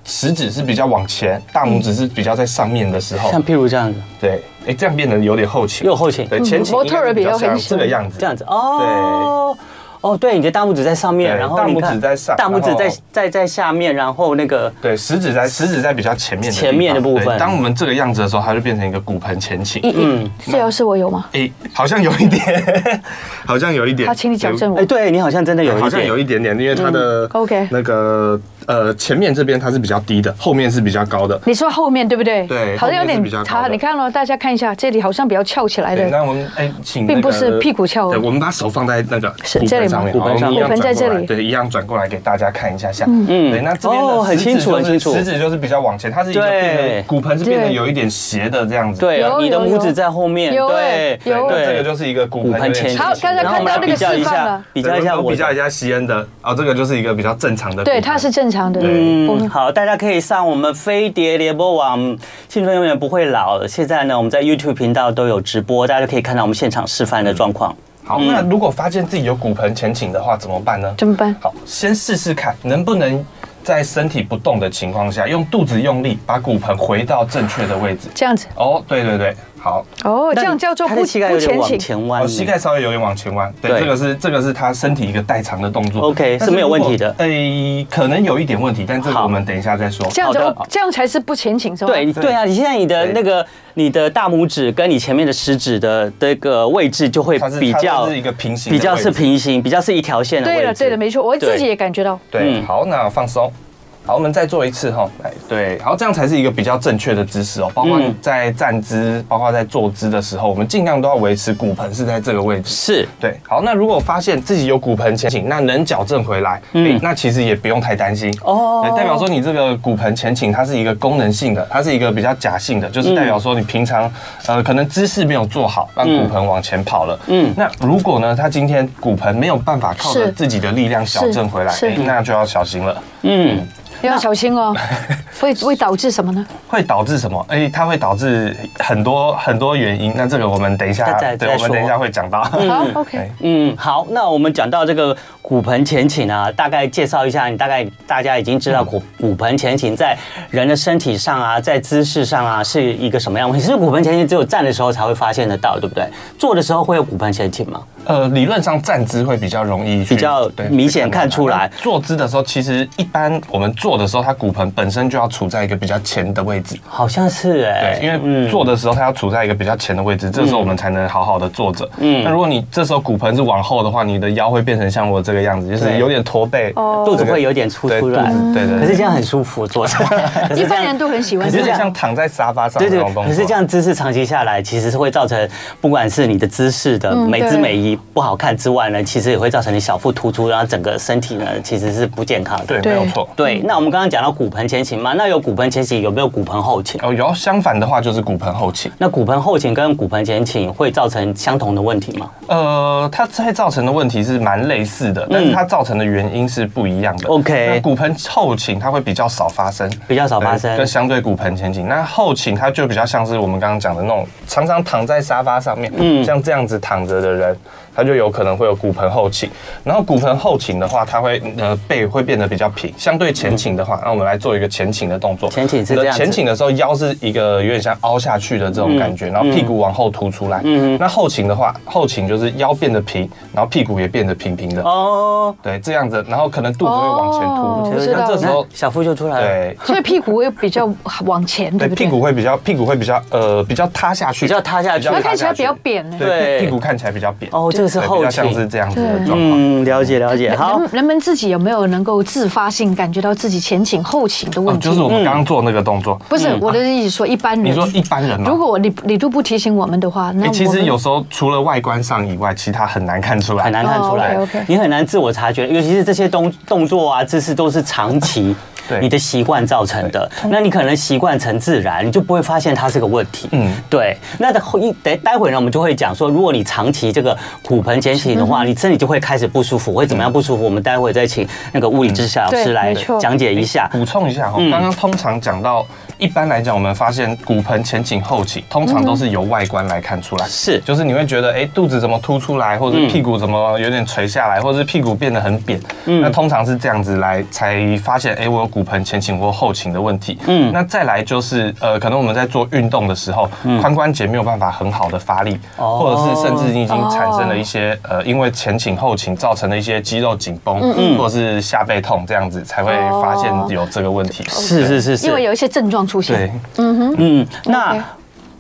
Speaker 4: 食指是比较往前，大拇指是比较在上面的时候，
Speaker 3: 像譬如这样子，
Speaker 4: 对，哎，这样变得有点后倾，
Speaker 3: 右后倾
Speaker 4: 对，前倾
Speaker 2: 模
Speaker 4: 应
Speaker 2: 特
Speaker 4: 该
Speaker 2: 儿
Speaker 4: 是比较
Speaker 2: 比较
Speaker 4: 像
Speaker 2: 很喜
Speaker 4: 这
Speaker 2: 欢
Speaker 4: 个样子，
Speaker 3: 这样子哦。哦，对，你的大拇指在上面，
Speaker 4: 对
Speaker 3: 然后
Speaker 4: 大
Speaker 3: 你
Speaker 4: 拇
Speaker 3: 看
Speaker 4: 指在上
Speaker 3: 大拇指
Speaker 4: 然
Speaker 3: 在
Speaker 4: 后
Speaker 3: 在在下面，然后那个
Speaker 4: 对，食指在食指在比较前面的地方
Speaker 3: 前面的部分
Speaker 4: 对当我们这个样子的时候，它就变成一个骨盆前倾。
Speaker 2: 一一，这要是我有吗？
Speaker 4: 诶、
Speaker 3: 哎
Speaker 4: 好像有一点， 好像有一点。
Speaker 2: 好，请你矫正
Speaker 4: 我。
Speaker 2: 我
Speaker 3: 哎，。对你好像真的有一点，
Speaker 4: 好像有一点点，因为它的
Speaker 2: 嗯，OK
Speaker 4: 那个呃前面这边它是比较低的，后面是比较高的。
Speaker 2: 你说后面对不对？
Speaker 4: 对
Speaker 2: 好像有
Speaker 4: 后面是
Speaker 2: 点
Speaker 4: 比较高的
Speaker 2: 差。你看哦，大家看一下，这里好像比较翘起来
Speaker 4: 对，
Speaker 2: 的。
Speaker 4: 那我们哎，请
Speaker 2: 并
Speaker 4: 那个
Speaker 2: 不是屁股翘哦
Speaker 4: 对，我们把手放在那个
Speaker 2: 是
Speaker 4: 骨
Speaker 2: 这里
Speaker 4: 盆
Speaker 2: 吗
Speaker 4: 上面，
Speaker 3: 骨盆
Speaker 4: 好
Speaker 3: 上
Speaker 4: 我们一样
Speaker 2: 骨盆在
Speaker 4: 转过来
Speaker 2: 这里
Speaker 4: 对，一样转过来给大家看一下下。嗯对，那这边
Speaker 3: 哦
Speaker 4: 的
Speaker 3: 很
Speaker 4: 食指
Speaker 3: 清楚
Speaker 4: 就是
Speaker 3: 很清楚
Speaker 4: 食指就是比较往前，它是一个
Speaker 3: 对
Speaker 4: 变得骨盆是变得
Speaker 2: 对
Speaker 4: 有一点斜的这样子。
Speaker 3: 对
Speaker 2: 有，
Speaker 3: 你的
Speaker 2: 有有
Speaker 3: 拇指在后面，
Speaker 2: 有
Speaker 3: 对
Speaker 2: 哎
Speaker 4: 对，
Speaker 2: 有
Speaker 4: 那这
Speaker 3: 对，
Speaker 4: 个就是一个骨
Speaker 3: 骨
Speaker 4: 盆
Speaker 3: 盆
Speaker 4: 有点
Speaker 3: 前倾。
Speaker 2: 好
Speaker 4: 倾
Speaker 2: 刚才
Speaker 3: 然后
Speaker 2: 看到
Speaker 3: 我
Speaker 2: 那
Speaker 3: 们
Speaker 2: 个
Speaker 3: 比较
Speaker 2: 示
Speaker 3: 一
Speaker 2: 范
Speaker 3: 下
Speaker 2: 了，
Speaker 3: 比较一下
Speaker 4: 对我
Speaker 3: 我
Speaker 4: 比较一
Speaker 3: 的。
Speaker 4: 下西恩的哦，这个就是一个比较正常的骨盆。
Speaker 2: 对，它是正常的。
Speaker 4: 对
Speaker 2: 嗯
Speaker 3: 嗯，好，大家可以上我们飞碟联播网《青春永远不会老》。现在呢，我们在 YouTube 频道都有直播，大家就可以看到我们现场示范的状况。
Speaker 4: 好，
Speaker 3: 嗯
Speaker 4: 那如果发现自己有骨盆前倾的话，怎么办呢？
Speaker 2: 怎么办？
Speaker 4: 好，先试试看能不能在身体不动的情况下，用肚子用力把骨盆回到正确的位置。
Speaker 2: 这样子
Speaker 4: 哦，对对对，好，
Speaker 2: 哦，这
Speaker 3: 那
Speaker 2: 样
Speaker 3: 你
Speaker 2: 叫做
Speaker 3: 他
Speaker 2: 不
Speaker 3: 的
Speaker 2: 不
Speaker 3: 膝盖有点
Speaker 2: 前
Speaker 3: 往
Speaker 2: 倾。
Speaker 3: 前弯
Speaker 4: 哦，
Speaker 3: 了，
Speaker 4: 膝盖稍微有点往前弯，对，
Speaker 3: 对
Speaker 4: 这个是这个是他身体一个代偿的动作
Speaker 3: OK，
Speaker 4: 但
Speaker 3: 是没有
Speaker 4: 如果
Speaker 3: 问题的
Speaker 4: 诶，可能有一点问题，但这个
Speaker 3: 好
Speaker 4: 我们等一下再说。
Speaker 2: 这样
Speaker 3: 好
Speaker 2: 就
Speaker 3: 的
Speaker 2: 这样才是不前倾，是吧？
Speaker 3: 对对啊，你现在你的
Speaker 4: 哦对
Speaker 3: 那个你的大拇指跟你前面的食指的这个位置就会
Speaker 4: 它是
Speaker 3: 比较
Speaker 4: 它是一个平行的
Speaker 3: 比较
Speaker 4: 位置
Speaker 3: 是平行，比较是一条线的位
Speaker 2: 对
Speaker 3: 置。
Speaker 2: 了，对了，没错，我
Speaker 3: 对
Speaker 2: 自己也感觉到。
Speaker 4: 对，
Speaker 3: 嗯
Speaker 4: 好，那放松。好，我们再做一次哈。来，对，好，这样才是一个比较正确的姿势哦。包括你
Speaker 3: 嗯
Speaker 4: 在站姿，包括在坐姿的时候，我们尽量都要维持骨盆是在这个位置。
Speaker 3: 是
Speaker 4: 对，好，那如果发现自己有骨盆前倾，那能矫正回来，
Speaker 3: 嗯
Speaker 4: 诶那其实也不用太担心
Speaker 3: 哦
Speaker 4: 对代表说你这个骨盆前倾，它是一个功能性的，它是一个比较假性的，就是代表说你平常呃可能姿势没有做好，让骨盆往前跑了。
Speaker 3: 嗯
Speaker 4: 嗯，那如果呢，他今天骨盆没有办法靠着
Speaker 2: 是
Speaker 4: 自己的力量矫正回来，
Speaker 2: 是
Speaker 4: 诶那就要小心了，
Speaker 3: 嗯，
Speaker 2: 要小心 哦，会会导致什么呢？
Speaker 4: 会导致什么？哎、它会导致很多很多原因。那这个我们等一下，
Speaker 3: 再再
Speaker 4: 对，我们
Speaker 3: 说
Speaker 4: 等一下会讲到。
Speaker 2: 好，OK，嗯
Speaker 4: 哎
Speaker 3: 嗯，好，那我们讲到这个骨盆前倾啊，大概介绍一下，你大概大家已经知道
Speaker 4: 嗯
Speaker 3: 骨骨盆前倾在人的身体上啊，在姿势上啊是一个什么样的问题。其实骨盆前倾只有站的时候才会发现得到，对不对？坐的时候会有骨盆前倾吗？
Speaker 4: 呃，理论上站姿会比较容易去，
Speaker 3: 比较
Speaker 4: 对
Speaker 3: 明显看出来
Speaker 4: 那坐姿的时候，其实一般我们坐的时候，它骨盆本身就要处在一个比较前的位置。
Speaker 3: 好像是哎、
Speaker 4: 对，因为坐的时候它要处在一个比较前的位置，这时候我们才能好好的坐着。嗯，那如果你这时候骨盆是往后的话，你的腰会变成像我这个样子，就是
Speaker 3: 对
Speaker 4: 有点驼背，
Speaker 2: 哦
Speaker 3: 肚子会有点凸
Speaker 4: 对，
Speaker 3: 出
Speaker 4: 肚
Speaker 3: 来。
Speaker 4: 子，对对
Speaker 3: 可
Speaker 4: 对，
Speaker 3: 是这样很舒服，坐 着。可是这样
Speaker 2: 一般人都很喜欢
Speaker 4: 有
Speaker 2: 这
Speaker 4: 点
Speaker 2: 样。
Speaker 4: 像躺在沙发上
Speaker 3: 对
Speaker 4: 的那
Speaker 3: 对
Speaker 4: 种，动
Speaker 3: 可
Speaker 4: 作。
Speaker 3: 是这样姿势长期下来，其实是会造成不管是你的姿势的
Speaker 2: 嗯
Speaker 3: 美姿
Speaker 2: 对
Speaker 3: 美仪不好看之外呢，其实也会造成你小腹突出，然后整个身体呢其实是不健康的。
Speaker 4: 对，
Speaker 2: 对
Speaker 4: 没有错。
Speaker 3: 对，那我们刚刚讲到骨盆前倾嘛，那有骨盆前倾，有没有骨盆后倾？
Speaker 4: 哦，然后相反的话就是骨盆后倾。
Speaker 3: 那骨盆后倾跟骨盆前倾会造成相同的问题吗？
Speaker 4: 呃，它它造成的问题是蛮类似的，但是它造成的原因是不一样的。
Speaker 3: OK
Speaker 4: 那骨盆后倾它会比较少发生，
Speaker 3: 比较少发生
Speaker 4: 对哎跟相对骨盆前倾。那后倾它就比较像是我们刚刚讲的那种常常躺在沙发上面，嗯，像这样子躺着的人，他就有可能会有骨盆后倾。然后骨盆后倾的话，它会呃背会变得比较平，相对前倾的话，那我们来做一个前倾的动作。
Speaker 3: 前倾是
Speaker 4: 你的
Speaker 3: 这样子
Speaker 4: 前倾的时候腰是一个有点像凹下去的这种感觉，然后屁股往后凸出来。嗯，那后倾的话，后倾就是腰变得平，然后屁股也变得平平的。
Speaker 3: 哦，
Speaker 4: 对，这样子，然后可能肚子会往前
Speaker 2: 哦
Speaker 4: 凸。
Speaker 2: 我知道
Speaker 4: 像这时候
Speaker 3: 那，小腹就出来了，
Speaker 4: 对，
Speaker 2: 所以屁股会比较往前，对
Speaker 4: 对，
Speaker 2: 不对？
Speaker 4: 屁股会比较，屁股会比较，呃，比较塌下去，
Speaker 3: 比较塌下去
Speaker 4: 较
Speaker 2: 它看起来比较扁呢。
Speaker 4: 对，
Speaker 3: 对
Speaker 4: 屁屁股看起来比较扁。
Speaker 3: 哦，这个是
Speaker 4: 对，比
Speaker 3: 后
Speaker 4: 较像是
Speaker 3: 倾。
Speaker 4: 这样子的状况。
Speaker 3: 嗯，了解 了解。好，
Speaker 2: 人人们自己有没有能够自发性感觉到自己前倾后倾的问
Speaker 4: 哦，
Speaker 2: 题？
Speaker 4: 就是我们刚刚做那个动作。
Speaker 2: 嗯不是我的意思说一般人。
Speaker 4: 嗯啊你说一般人吗？
Speaker 2: 如果我你你都不提醒我们的话，那
Speaker 4: 哎，
Speaker 2: 我
Speaker 4: 其实
Speaker 2: 们
Speaker 4: 有时候除了外观上以外，其他很难看出来，
Speaker 3: 很难看出来。
Speaker 2: 哦，OK，OK
Speaker 3: 你很难自我察觉，尤其是这些动动作啊、姿势都是长期
Speaker 4: 对
Speaker 3: 你的习惯造成的。那你可能习惯成自然，你就不会发现它是个问题。嗯
Speaker 4: 嗯，
Speaker 3: 对。那等一待待会呢，我们就会讲说，如果你长期这个骨盆前倾的话，你身体就会开始不舒服，会怎么
Speaker 4: 嗯
Speaker 3: 样不舒服？我们待会再请那个物理治疗师
Speaker 2: 嗯对
Speaker 3: 来
Speaker 2: 没错嗯
Speaker 3: 讲解一下。
Speaker 4: 补充一下
Speaker 3: 嗯
Speaker 4: 哈，刚刚通常讲到，一般来讲，我们发现骨盆前倾后倾，通
Speaker 2: 嗯
Speaker 4: 常都是由外观来看出来，
Speaker 3: 是
Speaker 4: 就是你会觉得，哎，肚子怎么凸出来，或者
Speaker 3: 嗯
Speaker 4: 是屁股怎么有点垂下来，或者是屁股变得很扁，
Speaker 3: 嗯
Speaker 4: 那通常是这样子来才发现，哎，我有骨盆前倾或后倾的问题。嗯，那再来就是，呃，可能我们在做运动的时候，髋关节没有办法很好的发力，
Speaker 3: 嗯哦
Speaker 4: 或者是甚至你已经产生了一些，呃，因为前倾后倾造成的一些肌肉紧绷，
Speaker 3: 嗯
Speaker 4: 或者是下背痛这样子才会发现
Speaker 2: 哦
Speaker 4: 有这个问题。
Speaker 3: 是是是是，
Speaker 2: 因为有一些症状出现
Speaker 4: 对，，
Speaker 3: 嗯，那
Speaker 2: OK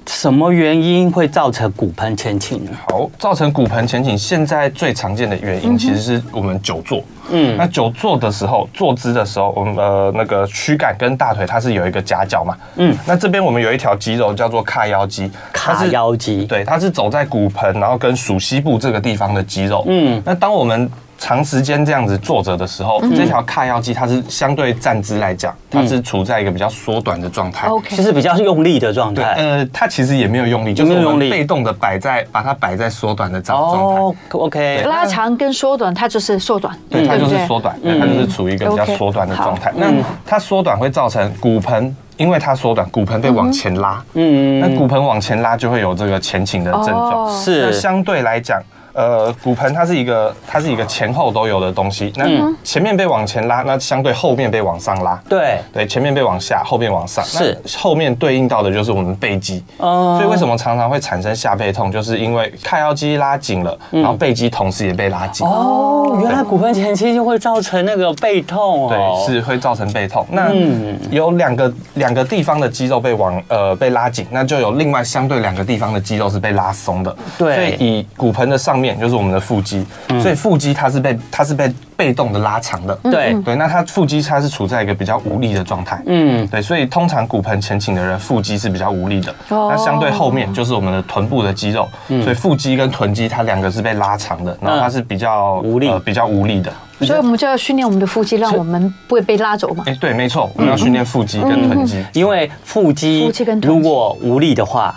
Speaker 3: 什么原因会造成骨盆前倾呢？
Speaker 4: 好，造成骨盆前倾，现在最常见的原因其实是我们久坐。嗯，那久坐的时候，坐姿的时候，我们呃那个躯干跟大腿它是有一个夹角嘛。嗯，那这边我们有一条肌肉叫做髂腰肌，它
Speaker 3: 卡
Speaker 4: 是
Speaker 3: 腰肌。
Speaker 4: 对，它是走在骨盆，然后跟属膝部这个地方的肌肉。嗯，那当我们长时间这样子坐着的时候，这条髂腰肌它是相对站姿来讲，它是处在一个比较缩短的状态。
Speaker 2: OK
Speaker 3: 就是比较用力的状
Speaker 4: 对，
Speaker 3: 态。
Speaker 4: 呃，它其实也没有用力，就
Speaker 3: 哎没
Speaker 4: 是
Speaker 3: 有
Speaker 4: 我
Speaker 3: 用
Speaker 4: 们
Speaker 3: 力
Speaker 4: 被动的摆在，把它摆在缩短的状状态。
Speaker 3: 哦，OK，
Speaker 2: 拉长跟缩短，它就是缩短，
Speaker 4: 嗯对，它
Speaker 2: 不
Speaker 4: 就是
Speaker 2: 嗯对
Speaker 4: 缩短，对它就是处于一个比较
Speaker 2: OK，
Speaker 4: 缩短的状态。那它缩短会造成骨盆，因为它缩短，骨盆被往前拉，嗯，那骨盆往前拉就会有这个前倾的症状。
Speaker 2: 哦
Speaker 4: 那
Speaker 3: 是
Speaker 4: 相对来讲，呃，骨盆它是一个它是一个前后都有的东西，那前面被往前拉，那相对后面被往上拉。
Speaker 3: 对，
Speaker 4: 对，前面被往下，后面往上，
Speaker 3: 是
Speaker 4: 那后面对应到的就是我们背肌，
Speaker 3: 哦
Speaker 4: 所以为什么常常会产生下背痛，就是因为髂腰肌拉紧了，然后背肌同时也被拉紧。
Speaker 3: 嗯哦，原来骨盆前倾就会造成那个背痛哦，
Speaker 4: 对，是会造成背痛。那
Speaker 3: 嗯
Speaker 4: 有两个两个地方的肌肉被往呃被拉紧，那就有另外相对两个地方的肌肉是被拉松的。
Speaker 3: 对嗯
Speaker 4: 所以以骨盆的上面就是我们的腹肌，所以腹肌它是被它是被被动的拉长的。
Speaker 3: 对
Speaker 4: 对，那它腹肌它是处在一个比较无力的状态。
Speaker 3: 嗯，
Speaker 4: 对，所以通常骨盆前倾的人腹肌是比较无力的，
Speaker 2: 哦
Speaker 4: 那相对后面就是我们的臀部的肌肉，
Speaker 3: 嗯
Speaker 4: 所以腹肌跟臀肌它两个是被拉长的，然后它是比较呃
Speaker 3: 无力
Speaker 4: 比较无力的。
Speaker 2: 所以我们就要训练我们的腹肌，让我们不会被拉走嘛。
Speaker 4: 哎、对，没错，我们要训练腹肌跟臀肌。
Speaker 3: 因为腹肌
Speaker 2: 腹肌跟臀肌
Speaker 3: 如果无力的话，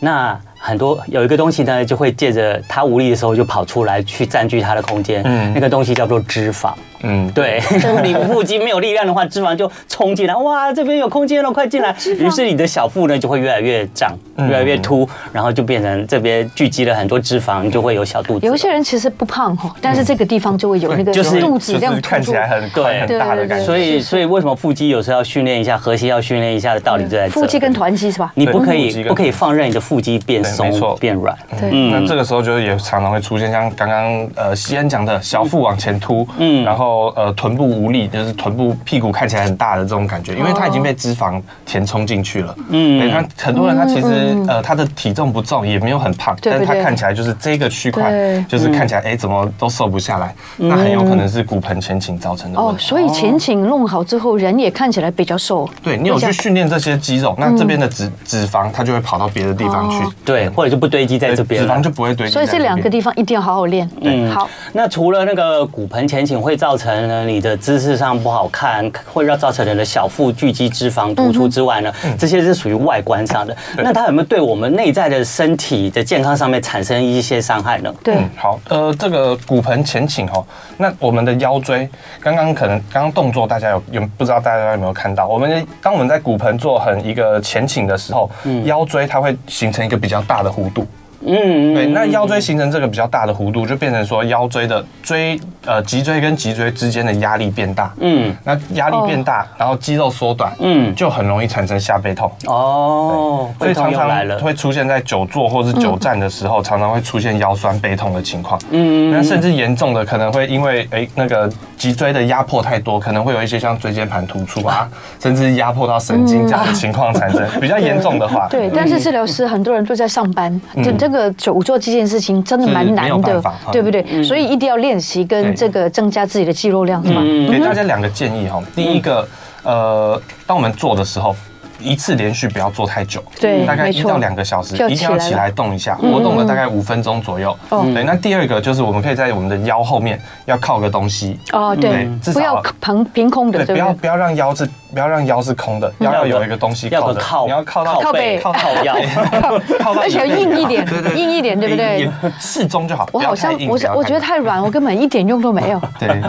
Speaker 3: 那很多有一个东西呢，嗯就会借着它无力的时候就跑出来去占据它的空间，那个东西叫做脂肪。
Speaker 4: 嗯，
Speaker 3: 对， 你腹肌没有力量的话，脂肪就冲进来，哇，这边有空间了，快进来。于是你的小腹呢就会越来越胀，越来越凸，然后就变成这边聚集了很多脂肪，你就会有小肚子。
Speaker 2: 有一些人其实不胖哈，但是这个地方就会有那个
Speaker 3: 就是
Speaker 2: 肚子
Speaker 4: 嗯就
Speaker 2: 这样
Speaker 4: 是
Speaker 2: 凸
Speaker 4: 看
Speaker 2: 出
Speaker 4: 起来很
Speaker 3: 对
Speaker 4: 宽很大的感觉。
Speaker 3: 所以，所以为什么腹肌有时候要训练一下，核心要训练一下的道理就在这。
Speaker 2: 腹肌跟臀肌是吧？
Speaker 3: 你不可
Speaker 4: 对腹肌
Speaker 3: 以
Speaker 4: 跟
Speaker 3: 不可以放任你的腹肌变
Speaker 4: 对没
Speaker 3: 松
Speaker 4: 错
Speaker 3: 变软。
Speaker 2: 对，
Speaker 4: 那这个时候就是也常常会出现像刚刚呃西安讲的小腹往前凸，
Speaker 3: 嗯
Speaker 4: 嗯，然后呃臀部无力，就是臀部屁股看起来很大的这种
Speaker 2: 哦
Speaker 4: 感觉，因为它已经被脂肪填充进去了，
Speaker 3: 嗯
Speaker 4: 嗯，对，他很多人他其实呃他的体重不重，也没有很胖，
Speaker 2: 嗯对
Speaker 4: 但
Speaker 2: 不
Speaker 4: 是他
Speaker 2: 对
Speaker 4: 看起来就是这个区块
Speaker 2: 对嗯
Speaker 4: 就是看起来哎怎么都瘦不下来，那很有可能是骨盆前倾造成的问
Speaker 2: 哦，
Speaker 4: 题。
Speaker 2: 所以前倾弄好之后，人也看起来比较瘦。
Speaker 4: 对你有去训练这些肌肉，那这边的脂脂肪它就会跑到别的地方去
Speaker 2: 嗯哦，
Speaker 3: 对，或者就不堆积在
Speaker 4: 对
Speaker 3: 这边
Speaker 4: 脂
Speaker 3: 了
Speaker 4: 肪。就不会堆积
Speaker 2: 所
Speaker 4: 在
Speaker 2: 以
Speaker 4: 边。
Speaker 2: 这两个地方一定要好好练。嗯，好，
Speaker 3: 那除了那个骨盆前倾会造成呢你的姿势上不好看，会让造成你的小腹聚集脂肪突出之外呢，
Speaker 4: 嗯
Speaker 3: 这些是属于外观上的。那它有没有对我们内在的身体的健康上面产生一些伤害呢？
Speaker 2: 对
Speaker 4: 嗯，，好，呃，这个骨盆前倾哦，那我们的腰椎，刚刚可能刚刚动作大家有有不知道大家有没有看到？我们的当我们在骨盆做很一个前倾的时候，腰椎它会形成一个比较大的弧度。
Speaker 3: 嗯，
Speaker 4: 对，那腰椎形成这个比较大的弧度，就变成说腰椎的椎呃脊椎跟脊椎之间的压力变大。
Speaker 3: 嗯哦
Speaker 4: 那压力变大，然后肌肉缩短，
Speaker 3: 嗯
Speaker 4: 就很容易产生下背痛。
Speaker 3: 哦，
Speaker 4: 所以
Speaker 3: 背痛
Speaker 4: 常
Speaker 3: 又来
Speaker 4: 常
Speaker 3: 了。
Speaker 4: 会出现在久坐或是
Speaker 2: 嗯
Speaker 4: 久站的时候，常常会出现腰酸背痛的情况。
Speaker 3: 嗯
Speaker 4: 嗯，那甚至严重的可能会因为诶那个脊椎的压迫太多，可能会有一些像椎间盘突出啊，甚至压迫到神经这样的情况产生。 比较严重的话，
Speaker 2: 嗯对，但是治疗师很多人都在上班，就这个久坐这件事情真的
Speaker 4: 嗯是
Speaker 2: 蛮
Speaker 4: 没有
Speaker 2: 难的
Speaker 4: 办法，嗯
Speaker 2: 对不对？所以一定要练习跟
Speaker 4: 对
Speaker 2: 这个增加自己的肌肉量，是吧？
Speaker 4: 给大家两个建议哈。第一个，
Speaker 2: 嗯
Speaker 4: 呃，当我们做的时候。一次连续不要做太久，
Speaker 2: 对
Speaker 4: 大概
Speaker 2: 没
Speaker 4: 一
Speaker 2: 错
Speaker 4: 到两个小时
Speaker 2: 就，
Speaker 4: 一定
Speaker 2: 起来
Speaker 4: 要起
Speaker 2: 了嗯
Speaker 4: 来动一下，活动了大概五分钟左右。
Speaker 2: 哦
Speaker 4: 对，那第二个就是我们可以在我们的腰后面要靠个东西，
Speaker 2: 哦，对
Speaker 4: 嗯，至
Speaker 2: 不
Speaker 4: 少
Speaker 2: 要凭凭空的，
Speaker 4: 对，
Speaker 2: 对
Speaker 4: 不要
Speaker 2: 不对？
Speaker 4: 不要让腰是不要让腰是空的，
Speaker 2: 嗯
Speaker 4: 腰要有一个东西
Speaker 3: 要
Speaker 4: 靠
Speaker 3: 个
Speaker 4: 着，
Speaker 3: 靠，
Speaker 4: 你要靠到
Speaker 2: 靠背
Speaker 3: 靠靠腰。
Speaker 4: 靠到
Speaker 2: 而且要硬一点
Speaker 4: 对对，对
Speaker 2: 硬一点，对不对？
Speaker 4: 也适中就好，
Speaker 2: 我
Speaker 4: 不要
Speaker 2: 好
Speaker 4: 太
Speaker 2: 像
Speaker 4: 硬
Speaker 2: 我
Speaker 4: 不要
Speaker 2: 我觉得
Speaker 4: 太
Speaker 2: 太软，我根本一点用都没 有。
Speaker 4: 对，
Speaker 2: 然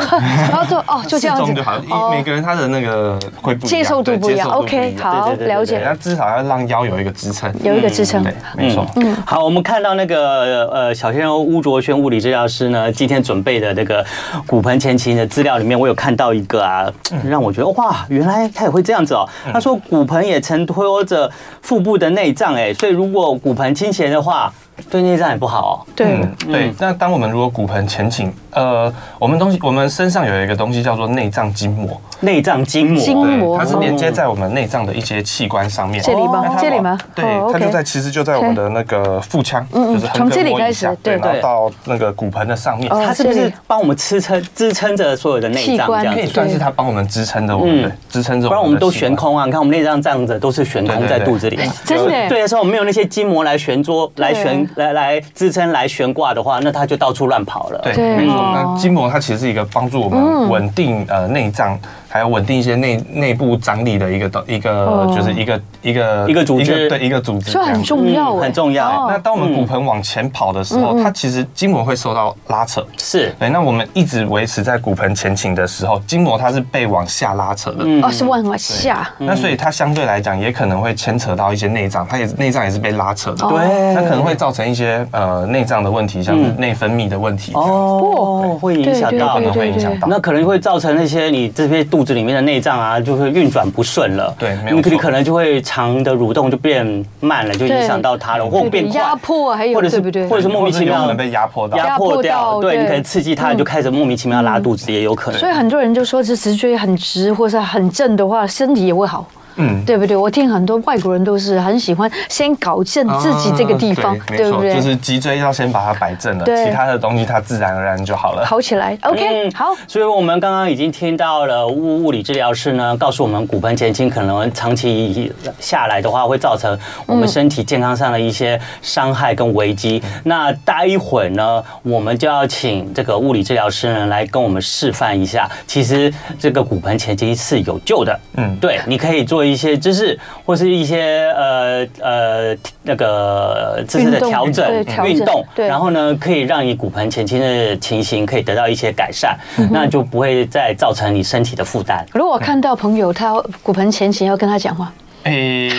Speaker 2: 后就哦， 就这样
Speaker 4: 适
Speaker 2: 子
Speaker 4: 中就好，，一每
Speaker 2: 哦，
Speaker 4: 个人他的那个会不一样
Speaker 2: 接受度
Speaker 4: 对
Speaker 2: 不一样。
Speaker 4: 接受度
Speaker 2: OK，
Speaker 4: 样
Speaker 2: 好，
Speaker 3: 对对对对
Speaker 2: 了
Speaker 4: 对，
Speaker 2: 解，
Speaker 4: 那至少要让腰有一个支撑，
Speaker 2: 有一个支撑
Speaker 4: 对。，没错。
Speaker 3: 嗯，好，我们看到那个呃小鲜肉巫卓轩物理治疗师呢，今天准备的那个骨盆前倾的资料里面，我有看到一个啊，让我觉得哇，原来他也会这样子哦。他说骨盆也承托着腹部的内脏，哎，所以如果骨盆倾斜的话，对内脏也不好哦
Speaker 2: 对，
Speaker 4: 嗯对，那当我们如果骨盆前倾，呃，我们东西，我们身上有一个东西叫做内脏筋膜，
Speaker 3: 哦，内脏筋膜。
Speaker 2: 筋
Speaker 4: 对
Speaker 2: 膜
Speaker 4: 它是连接在我们内脏的一些器官上面。
Speaker 2: 这里
Speaker 4: 那
Speaker 2: 吗
Speaker 4: 它？
Speaker 2: 这里
Speaker 4: 往
Speaker 2: 吗？
Speaker 4: 对
Speaker 2: 哦，
Speaker 4: 它就
Speaker 2: OK
Speaker 4: 在其实就在我们的那个腹腔，
Speaker 2: 嗯嗯
Speaker 4: 就是横
Speaker 2: 从
Speaker 4: 膈
Speaker 2: 这里
Speaker 4: 膜
Speaker 2: 开
Speaker 4: 以下
Speaker 2: 始对
Speaker 4: 对，然
Speaker 3: 对
Speaker 4: 后到那个骨盆的上面，
Speaker 2: 哦
Speaker 3: 它是不
Speaker 2: 这
Speaker 3: 是
Speaker 2: 里
Speaker 3: 帮我们支撑支撑着所有的内
Speaker 2: 器
Speaker 3: 脏
Speaker 2: 官
Speaker 3: 这样
Speaker 4: 可以
Speaker 3: 子？
Speaker 4: 算是它帮我们支撑着我们的
Speaker 3: 嗯，
Speaker 4: 支撑着
Speaker 3: 不然
Speaker 4: 我
Speaker 3: 我
Speaker 4: 们
Speaker 3: 们
Speaker 4: 的
Speaker 3: 都
Speaker 4: 器
Speaker 3: 悬
Speaker 4: 官。
Speaker 3: 空啊！你看我们内脏这样子都是悬空
Speaker 4: 对对
Speaker 3: 在
Speaker 4: 对
Speaker 3: 肚子里嘛。
Speaker 2: 哎真的耶啊
Speaker 3: 对，啊所以我们没有那些筋膜来悬桌、来悬、来来支撑、来悬挂的话，那它就到处乱跑了。
Speaker 4: 对，
Speaker 2: 对
Speaker 4: 没错。
Speaker 2: 哦
Speaker 4: 那筋膜它其实是一个帮助我们稳定呃内脏，还有稳定一些内内部张力的一个东一个
Speaker 2: 哦
Speaker 4: 就是一个一个
Speaker 3: 一个组织
Speaker 4: 对一个组织这
Speaker 2: 所以
Speaker 4: 样子，
Speaker 2: 很重要嗯
Speaker 3: 嗯
Speaker 2: 哎，
Speaker 3: 很重要
Speaker 2: 哦
Speaker 4: 那当我们骨盆往前跑的时候，它其实筋膜会受到拉扯。
Speaker 3: 是，
Speaker 4: 对，那我们一直维持在骨盆前倾的时候，筋膜它是被往下拉扯的。
Speaker 2: 哦，是往下，
Speaker 4: 那所以它相对来讲也可能会牵扯到一些内脏，它也内脏也是被拉扯的，
Speaker 2: 哦
Speaker 3: 对
Speaker 4: 那可能会造成一些呃内脏的问题，像是
Speaker 2: 嗯
Speaker 4: 内分泌的问题，
Speaker 3: 哦，会影响到
Speaker 4: 可
Speaker 2: 对
Speaker 4: 能
Speaker 2: 对
Speaker 4: 会影响到。
Speaker 3: 那可能会造成那些你这些肚子里面的内脏啊，就会运转不顺了。
Speaker 4: 对没有
Speaker 3: 你可你
Speaker 4: 错
Speaker 3: 可能就会肠的蠕动就变慢了，就影响到它了，或
Speaker 2: 对
Speaker 3: 变快
Speaker 2: 压迫啊还有
Speaker 3: 或者是
Speaker 2: 对不对
Speaker 3: 或者是莫名其
Speaker 4: 或者是有
Speaker 3: 妙
Speaker 4: 可能被压迫到
Speaker 3: 压迫掉，
Speaker 2: 压迫到
Speaker 3: 对
Speaker 2: 对
Speaker 3: 你
Speaker 2: 嗯
Speaker 3: 可能刺激它，就开始莫名其妙拉肚子，也有可能。
Speaker 2: 所以很多人就说，这脊椎很直或是很正的话，身体也会好。
Speaker 4: 嗯，
Speaker 2: 对不对？我听很多外国人都是很喜欢先搞正自己这个地方，
Speaker 4: 啊
Speaker 2: 对不对？
Speaker 4: 就是脊椎要先把它摆正了，
Speaker 2: 对
Speaker 4: 其他的东西它自然而然就好了。
Speaker 2: 好起来，OK，、
Speaker 3: 嗯
Speaker 2: 好，
Speaker 3: 所以我们刚刚已经听到了物物理治疗师呢，告诉我们骨盆前倾可能长期下来的话，会造成我们身体健康上的一些伤害跟危机。那待一会儿呢，我们就要请这个物理治疗师呢来跟我们示范一下，其实这个骨盆前倾是有救的。嗯
Speaker 4: 嗯，
Speaker 3: 对，你可以做做一些知识或是一些呃呃那个呃姿势的
Speaker 2: 运动
Speaker 3: 调整
Speaker 2: 对调、整
Speaker 3: 运动，
Speaker 2: 对
Speaker 3: 然后呢可以让你骨盆前倾的情形可以得到一些改善，
Speaker 2: 嗯
Speaker 3: 那就不会再造成你身体的负担。
Speaker 2: 如果看到朋友他骨盆前倾，要跟他讲话，
Speaker 4: 诶，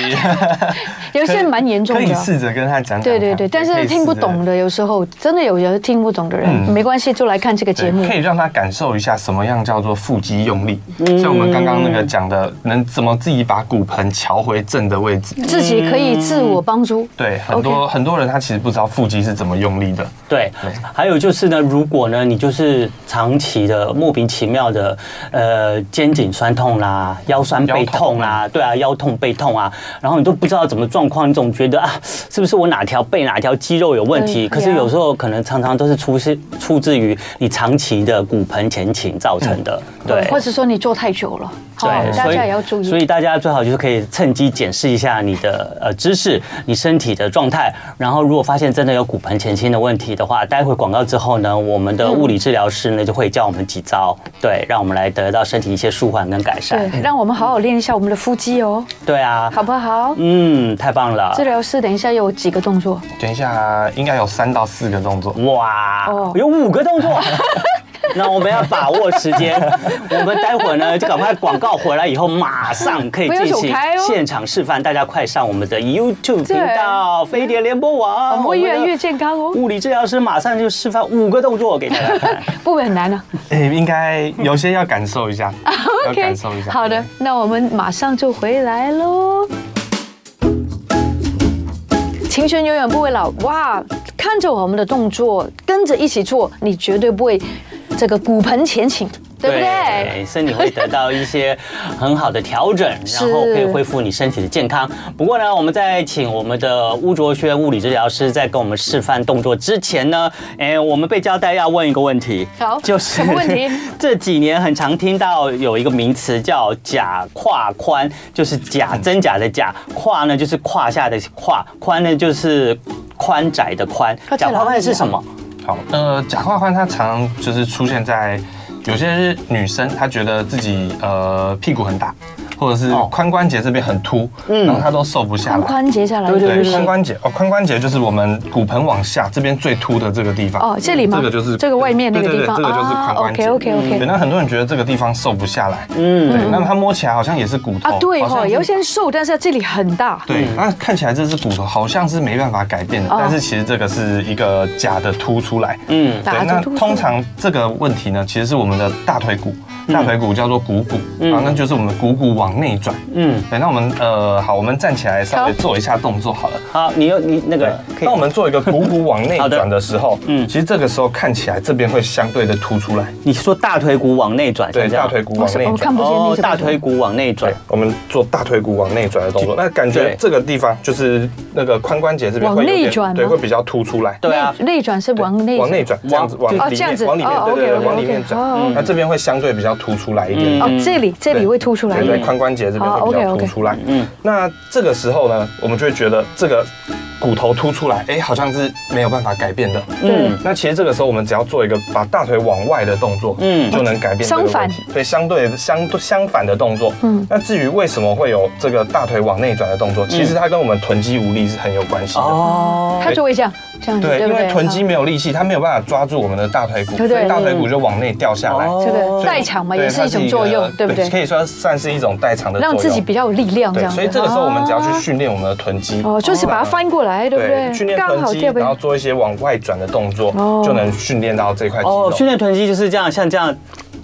Speaker 2: 有些人蛮严重
Speaker 4: 哎可以
Speaker 2: 的啊。
Speaker 4: 试着跟他讲讲看。
Speaker 2: 对对对，但
Speaker 4: 可以
Speaker 2: 是
Speaker 4: 试着
Speaker 2: 听不懂的，有时候真的有人听不懂的人，没关系，就来看这个节
Speaker 4: 嗯对
Speaker 2: 目
Speaker 4: 可。以让他感受一下什么样叫做腹肌用力。
Speaker 2: 嗯
Speaker 4: 像我们刚刚那个讲的，能怎么自己把骨盆调回正的位置。
Speaker 2: 自己可以自我帮助。
Speaker 4: 对，很多很多人他其实不知道腹肌是怎么用力的。
Speaker 3: 对
Speaker 4: 对，
Speaker 3: 还有就是呢，如果呢你就是长期的莫名其妙的呃肩颈酸痛啦、腰酸背痛啦，对啊，腰痛背痛啊，然后你都不知道怎么状况，你总觉得啊是不是我哪条背哪条肌肉有问题？
Speaker 2: 嗯
Speaker 3: 可是
Speaker 2: 对啊
Speaker 3: 有时候可能常常都是出是出自于你长期的骨盆前倾造成的，对。
Speaker 2: 或者说你坐太久了，好，
Speaker 3: 对，
Speaker 2: 哦大
Speaker 3: 所以
Speaker 2: 家也要注
Speaker 3: 所
Speaker 2: 意。
Speaker 3: 以大家最好就是可以趁机检视一下你的呃姿势、你身体的状态。然后如果发现真的有骨盆前倾的问题的话，待会广告之后呢，我们的物理治疗师呢就会教我们几招，对，让我们来得到身体一些舒缓跟改善。
Speaker 4: 嗯
Speaker 2: 对，让我们好好练一下我们的腹肌哦，
Speaker 3: 对啊，
Speaker 2: 好不好？
Speaker 3: 嗯，太棒了
Speaker 2: 治。疗师等一下有几个动作，
Speaker 4: 等一下，应该有三到四个动作。
Speaker 3: 哇
Speaker 2: 哦，
Speaker 3: 有五个动作。 那我们要把握时 间，我们待会儿呢就赶快广告回来以后，马上可以进
Speaker 2: 不要走
Speaker 3: 行
Speaker 2: 开哦
Speaker 3: 现场示范，大家快上我们的 YouTube
Speaker 2: 对哦
Speaker 3: 频道飞碟联播网，
Speaker 4: 啊
Speaker 2: 我们会越来
Speaker 3: 我们的
Speaker 2: 越健康哦，
Speaker 3: 物理治疗师马上就示范五个动作给大家看。
Speaker 2: 不会很难啊。
Speaker 4: 诶，应该有些要感受 一下，要感受一下。
Speaker 2: 好的，那我们马上就回来喽。青春永远不会老，哇！看着我们的动作，跟着一起做，你绝对不会这个骨盆前倾，对不对？
Speaker 3: 身体会得到一些很好的 调整，然后可以恢复你身体的健康。不过呢，我们在请我们的巫卓轩物理治疗师在跟我们示范动作之前呢，哎，我们被交代要问一个问题，
Speaker 2: 好
Speaker 3: 就是
Speaker 2: 什么问题
Speaker 3: 这几年很常听到有一个名词叫假胯宽，就是
Speaker 2: 嗯
Speaker 3: 假真假的假，胯呢就是胯下的胯，宽呢就是宽窄的宽
Speaker 2: 它。在
Speaker 3: 假
Speaker 2: 哪里啊
Speaker 3: 胯宽是什么？
Speaker 4: 好，呃，假胯宽它常常就是出现在有些女生，她觉得自己呃屁股很大，或者是
Speaker 3: 哦
Speaker 4: 髋关节这边很凸，
Speaker 2: 嗯
Speaker 4: 然后她都瘦不下
Speaker 2: 髋
Speaker 4: 来。
Speaker 2: 关节下来，
Speaker 3: 对
Speaker 4: 对，
Speaker 3: 对
Speaker 4: 髋关节哦，髋关节就是我们骨盆往下这边最凸的这个地方。
Speaker 2: 哦，这里吗？
Speaker 4: 嗯这个就是
Speaker 2: 这个外面那个
Speaker 4: 对
Speaker 2: 地
Speaker 4: 对对
Speaker 2: 方哦啊
Speaker 4: 这个就是髋关节。嗯
Speaker 2: OK OK
Speaker 4: 对，
Speaker 2: OK。
Speaker 4: 那很多人觉得这个地方瘦不下来，
Speaker 3: 嗯，
Speaker 4: 对，那它摸起来好像也是骨头
Speaker 2: 啊，对
Speaker 4: 好
Speaker 2: 哦，
Speaker 4: 像是
Speaker 2: 有些人瘦，但是它这里很大。
Speaker 4: 对，
Speaker 3: 嗯
Speaker 4: 那看起来这是骨头，好像是没办法改变的，
Speaker 2: 哦
Speaker 4: 但是其实这个是一个假的凸出来。
Speaker 3: 嗯
Speaker 2: 打
Speaker 4: 对，
Speaker 2: 着
Speaker 4: 那
Speaker 2: 突出
Speaker 4: 通常这个问题呢，其实是我们的大腿骨，
Speaker 3: 嗯
Speaker 4: 大腿骨叫做股骨，啊，那就是我们的股骨往内转。
Speaker 3: 嗯。
Speaker 4: 对，那我们呃，好，我们站起来稍微
Speaker 2: 好
Speaker 4: 做一下动作好了。
Speaker 3: 好，你又你那
Speaker 4: 对
Speaker 3: 个，呃可以
Speaker 4: 当我们做一个股骨往内
Speaker 3: 好的
Speaker 4: 转的时候，
Speaker 3: 嗯
Speaker 4: 嗯，其实这个时候看起来这边会相对的凸出来，
Speaker 3: 你说大腿骨往内转，
Speaker 4: 对，
Speaker 3: 像这
Speaker 4: 大
Speaker 3: 样
Speaker 4: 腿骨往内
Speaker 2: 我
Speaker 4: 转
Speaker 2: 看。不见你
Speaker 3: 哦，
Speaker 2: 怎么
Speaker 3: 大腿骨往内
Speaker 4: 对
Speaker 3: 转，，
Speaker 4: 我们做大腿骨往内转的动作，那感觉
Speaker 3: 对
Speaker 4: 这个地方就是那个髋关节这边
Speaker 2: 往
Speaker 4: 会有
Speaker 2: 内
Speaker 4: 点
Speaker 2: 转吗
Speaker 4: 对，会比较凸出来。
Speaker 3: 对啊，
Speaker 2: 内转是往内
Speaker 4: 往内转，这样子往
Speaker 3: 往
Speaker 4: 里
Speaker 2: 哦这样子
Speaker 4: 面，往里面
Speaker 2: 哦，
Speaker 4: 对对
Speaker 2: OK，OK，OK，
Speaker 4: 对，往里面
Speaker 2: 哦
Speaker 4: 转
Speaker 2: ，OK。
Speaker 4: 那这边会相对比较凸出来一点。
Speaker 2: 哦，这里这里会凸出来
Speaker 4: 对，
Speaker 2: 一
Speaker 4: 对，
Speaker 2: 点。
Speaker 4: 髋关节这边
Speaker 2: 好
Speaker 4: 会比较
Speaker 2: ，OK，OK
Speaker 4: 凸出来。
Speaker 3: 嗯
Speaker 4: 嗯，那这个时候呢，我们就会觉得这个骨头凸出来，哎，好像是没有办法改变的。
Speaker 2: 对
Speaker 3: 嗯，
Speaker 4: 那其实这个时候，我们只要做一个把大腿往外的动作，
Speaker 3: 嗯
Speaker 4: 嗯，就能改变这个问题
Speaker 2: 相反
Speaker 4: 对，相对相相反的动作，
Speaker 2: 嗯
Speaker 4: 嗯。那至于为什么会有这个大腿往内转的动作，其实它跟我们臀肌无力是很有关系的。
Speaker 3: 嗯哦，
Speaker 2: 它就会这样这样子，
Speaker 4: 对，
Speaker 2: 对
Speaker 4: 因
Speaker 2: 不
Speaker 4: 为
Speaker 2: 对？啊
Speaker 4: 臀肌没有力气，它没有办法抓住我们的大腿骨，
Speaker 2: 对
Speaker 4: 所
Speaker 2: 对
Speaker 4: 以大腿骨就往内掉下来。
Speaker 2: 这
Speaker 3: 哦
Speaker 2: 个代偿嘛，
Speaker 4: 对
Speaker 2: 也是一种作用，对不
Speaker 4: 它是一个可
Speaker 2: 对？
Speaker 4: 以说算是一种代偿的作用，
Speaker 2: 让自己比较有力哦量这
Speaker 4: 对，
Speaker 2: 样子。
Speaker 4: 所以这个时候我们只要去训练我们的臀肌，
Speaker 2: 哦，就是把它翻过来，对不
Speaker 4: 对，训
Speaker 2: 对？
Speaker 4: 练
Speaker 2: 刚
Speaker 4: 臀
Speaker 2: 好
Speaker 4: 肌，
Speaker 2: 贴背
Speaker 4: 然。后做一些往外转的动作
Speaker 2: 哦，
Speaker 4: 就能训练到这块肌
Speaker 3: 哦
Speaker 4: 肉，。
Speaker 3: 训练臀肌就是这样，像这样，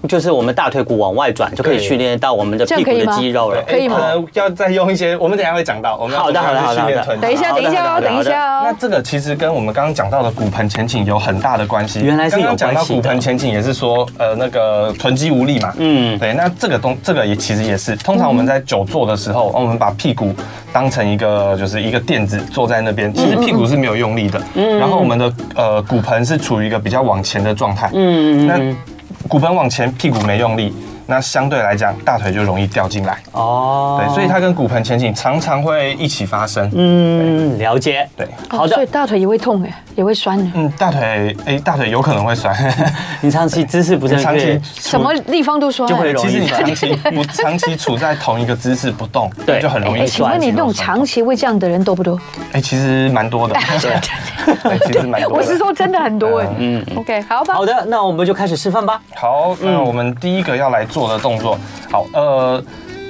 Speaker 3: 就是我们大腿骨往外转，就可以
Speaker 4: 对
Speaker 3: 训练到我们的
Speaker 2: 这
Speaker 3: 屁
Speaker 2: 样
Speaker 3: 股
Speaker 2: 可以
Speaker 3: 的
Speaker 2: 吗
Speaker 3: 肌肉了
Speaker 4: 对。
Speaker 2: 可以吗
Speaker 4: 哎能要再用一些，我们等一下会讲到，我们要
Speaker 3: 好的，好的，
Speaker 4: 怎么
Speaker 3: 好的，好
Speaker 4: 样去训练
Speaker 3: 的。
Speaker 4: 臀
Speaker 2: 等一
Speaker 4: 肌。
Speaker 2: 下
Speaker 3: 好的
Speaker 2: 等一下哦
Speaker 3: 好的
Speaker 2: 等一下哦
Speaker 4: 那这个其实跟我们刚刚讲到的骨盆前倾有很大的关系。
Speaker 3: 原来是有
Speaker 4: 刚刚讲到
Speaker 3: 关系的
Speaker 4: 骨盆前倾也是说，呃，那个臀肌无力嘛。
Speaker 3: 嗯
Speaker 4: 对，那这个东这个也其实也是，通常我们在久坐的时候，我们把屁股当成一个就是一个垫子坐在那
Speaker 3: 嗯
Speaker 4: 边，其实屁股是没有用力的。然后我们的呃骨盆是处于一个比较往前的状态。
Speaker 3: 嗯，
Speaker 4: 那骨盆往前，屁股没用力。那相对来讲大腿就容易掉进来。
Speaker 3: 哦，
Speaker 4: 对，所以它跟骨盆前倾常常会一起发生。
Speaker 3: 嗯，了解，
Speaker 4: 对
Speaker 3: 好
Speaker 2: 哦所以
Speaker 3: 的，
Speaker 2: 大腿也会痛哎，也会酸的，
Speaker 4: 嗯，大腿，哎，大腿有可能会酸，
Speaker 3: 你长期姿势不正
Speaker 4: 长期
Speaker 3: 确
Speaker 4: 处，
Speaker 2: 什么地方都酸
Speaker 3: 就
Speaker 2: 哎。
Speaker 3: 会容易
Speaker 4: 其实你
Speaker 3: 酸
Speaker 4: 长期不长期处在同一个姿势不动，
Speaker 3: 对
Speaker 4: 就很容易
Speaker 2: 哎，
Speaker 4: 酸。
Speaker 2: 请问你那种长期会这样的人多不多？
Speaker 4: 哎，其实蛮多的， 对，其实蛮多的。
Speaker 2: 我是说真的很多哎。嗯，OK，好吧
Speaker 3: 好。的，那我们就开始示范吧。
Speaker 4: 好，那我们第一个要来做的动作，好，呃，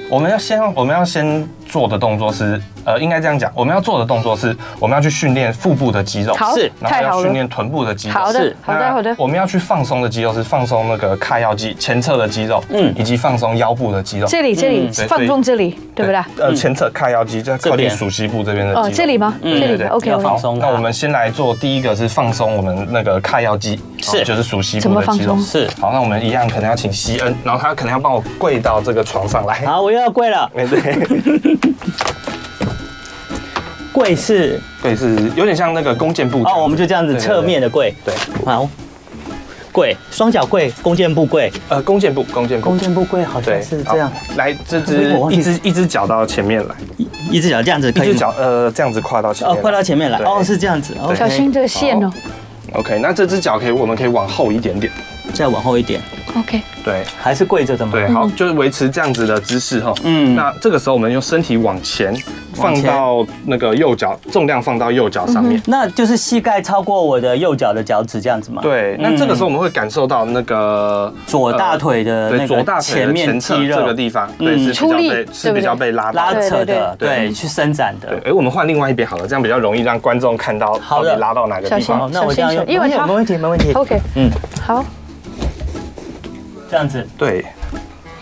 Speaker 4: 我们要先我们要先做的动作是，呃，应该这样讲，我们要做的动作是，我们要去训练腹部的肌肉，
Speaker 2: 好
Speaker 3: 是，
Speaker 4: 然后
Speaker 2: 太
Speaker 4: 要
Speaker 2: 好
Speaker 4: 训
Speaker 2: 了。
Speaker 4: 练臀部的肌肉，
Speaker 2: 好的
Speaker 3: 是，
Speaker 2: 好的，
Speaker 4: 那
Speaker 2: 好的。
Speaker 4: 我们要去放松的肌肉是放松那个髂腰肌前侧的肌肉，
Speaker 3: 嗯
Speaker 4: 嗯，以及放松腰部的肌肉，
Speaker 2: 这里，这里
Speaker 3: 嗯
Speaker 4: 对
Speaker 2: 放纵这里，对不对？嗯
Speaker 4: 呃，前侧髂腰肌，就靠近
Speaker 3: 边
Speaker 4: 属膝部这边的肌肉。
Speaker 2: 哦，这里吗？
Speaker 3: 嗯
Speaker 2: 这
Speaker 4: 对
Speaker 2: 里
Speaker 4: 对
Speaker 2: ，OK
Speaker 3: 要放
Speaker 2: OK。
Speaker 3: 松它
Speaker 4: 那我们先来做第一个是放松我们那个髂腰肌，
Speaker 3: 是
Speaker 4: 哦就是属膝
Speaker 2: 怎
Speaker 4: 部
Speaker 2: 么
Speaker 4: 的
Speaker 2: 放
Speaker 4: 肌肉
Speaker 2: 松。
Speaker 3: 是，
Speaker 4: 好，那我们一样可能要请西恩，然后他可能要帮我跪到这个床上来。
Speaker 3: 好，我又要跪了，
Speaker 4: 哎， 对，
Speaker 3: 跪是
Speaker 4: 对，是有点像那个弓箭步。
Speaker 3: 哦，我们就这样子
Speaker 4: 对对对
Speaker 3: 侧面的跪，
Speaker 4: 对，
Speaker 3: 好，跪，双脚跪，弓箭步跪，
Speaker 4: 呃，弓箭步，弓箭步
Speaker 3: 弓。箭步跪好像
Speaker 4: 对，
Speaker 3: 是这样，
Speaker 4: 好。来，这
Speaker 3: 哎
Speaker 4: 只
Speaker 3: 我忘记
Speaker 4: 一只一只脚到前面来，
Speaker 3: 一一只脚这样子
Speaker 4: 一
Speaker 3: 可以
Speaker 4: 只
Speaker 3: 吗？
Speaker 4: 脚呃这样子跨到前
Speaker 3: 哦
Speaker 4: 面，来。
Speaker 3: 跪到前面来，
Speaker 4: 对
Speaker 3: 哦，是这样子，哦
Speaker 4: 对
Speaker 2: 小心这个线哦。
Speaker 4: OK，那这只脚可以，我们可以往后一点点。
Speaker 3: 再往后一点，
Speaker 2: OK，
Speaker 4: 对
Speaker 3: 还是跪着的嘛。
Speaker 4: 对，好，就是维持这样子的姿势哈。
Speaker 3: 嗯
Speaker 4: 嗯，那这个时候我们用身体往前
Speaker 3: 往
Speaker 4: 放
Speaker 3: 前嗯
Speaker 4: 到那个右脚，重量放到右脚上面。
Speaker 3: 那就是膝盖超过我的右脚的脚趾这样子嘛。嗯
Speaker 4: 对，那这个时候我们会感受到那个
Speaker 3: 左大腿的那
Speaker 4: 呃
Speaker 3: 个
Speaker 4: 对左大腿
Speaker 3: 前
Speaker 4: 的
Speaker 3: 面
Speaker 4: 前侧
Speaker 3: 肌肉
Speaker 4: 这个地方，
Speaker 3: 嗯
Speaker 4: 对是比较
Speaker 2: 出力
Speaker 4: 被是比较被拉
Speaker 3: 拉
Speaker 4: 到的。
Speaker 3: 扯的，
Speaker 4: 对对
Speaker 3: 对，
Speaker 4: 对
Speaker 3: 去伸展的
Speaker 4: 对，。哎，我们换另外一边好了，这样比较容易让观众看到
Speaker 3: 好
Speaker 4: 到
Speaker 3: 的
Speaker 4: 底拉到哪个
Speaker 2: 小
Speaker 4: 地
Speaker 2: 心
Speaker 4: 方。
Speaker 3: 好，哦那我这样用，
Speaker 2: 因为它
Speaker 3: 没问题，没问题。
Speaker 2: OK，
Speaker 3: 嗯，
Speaker 2: 好，
Speaker 3: 这样子，
Speaker 4: 对。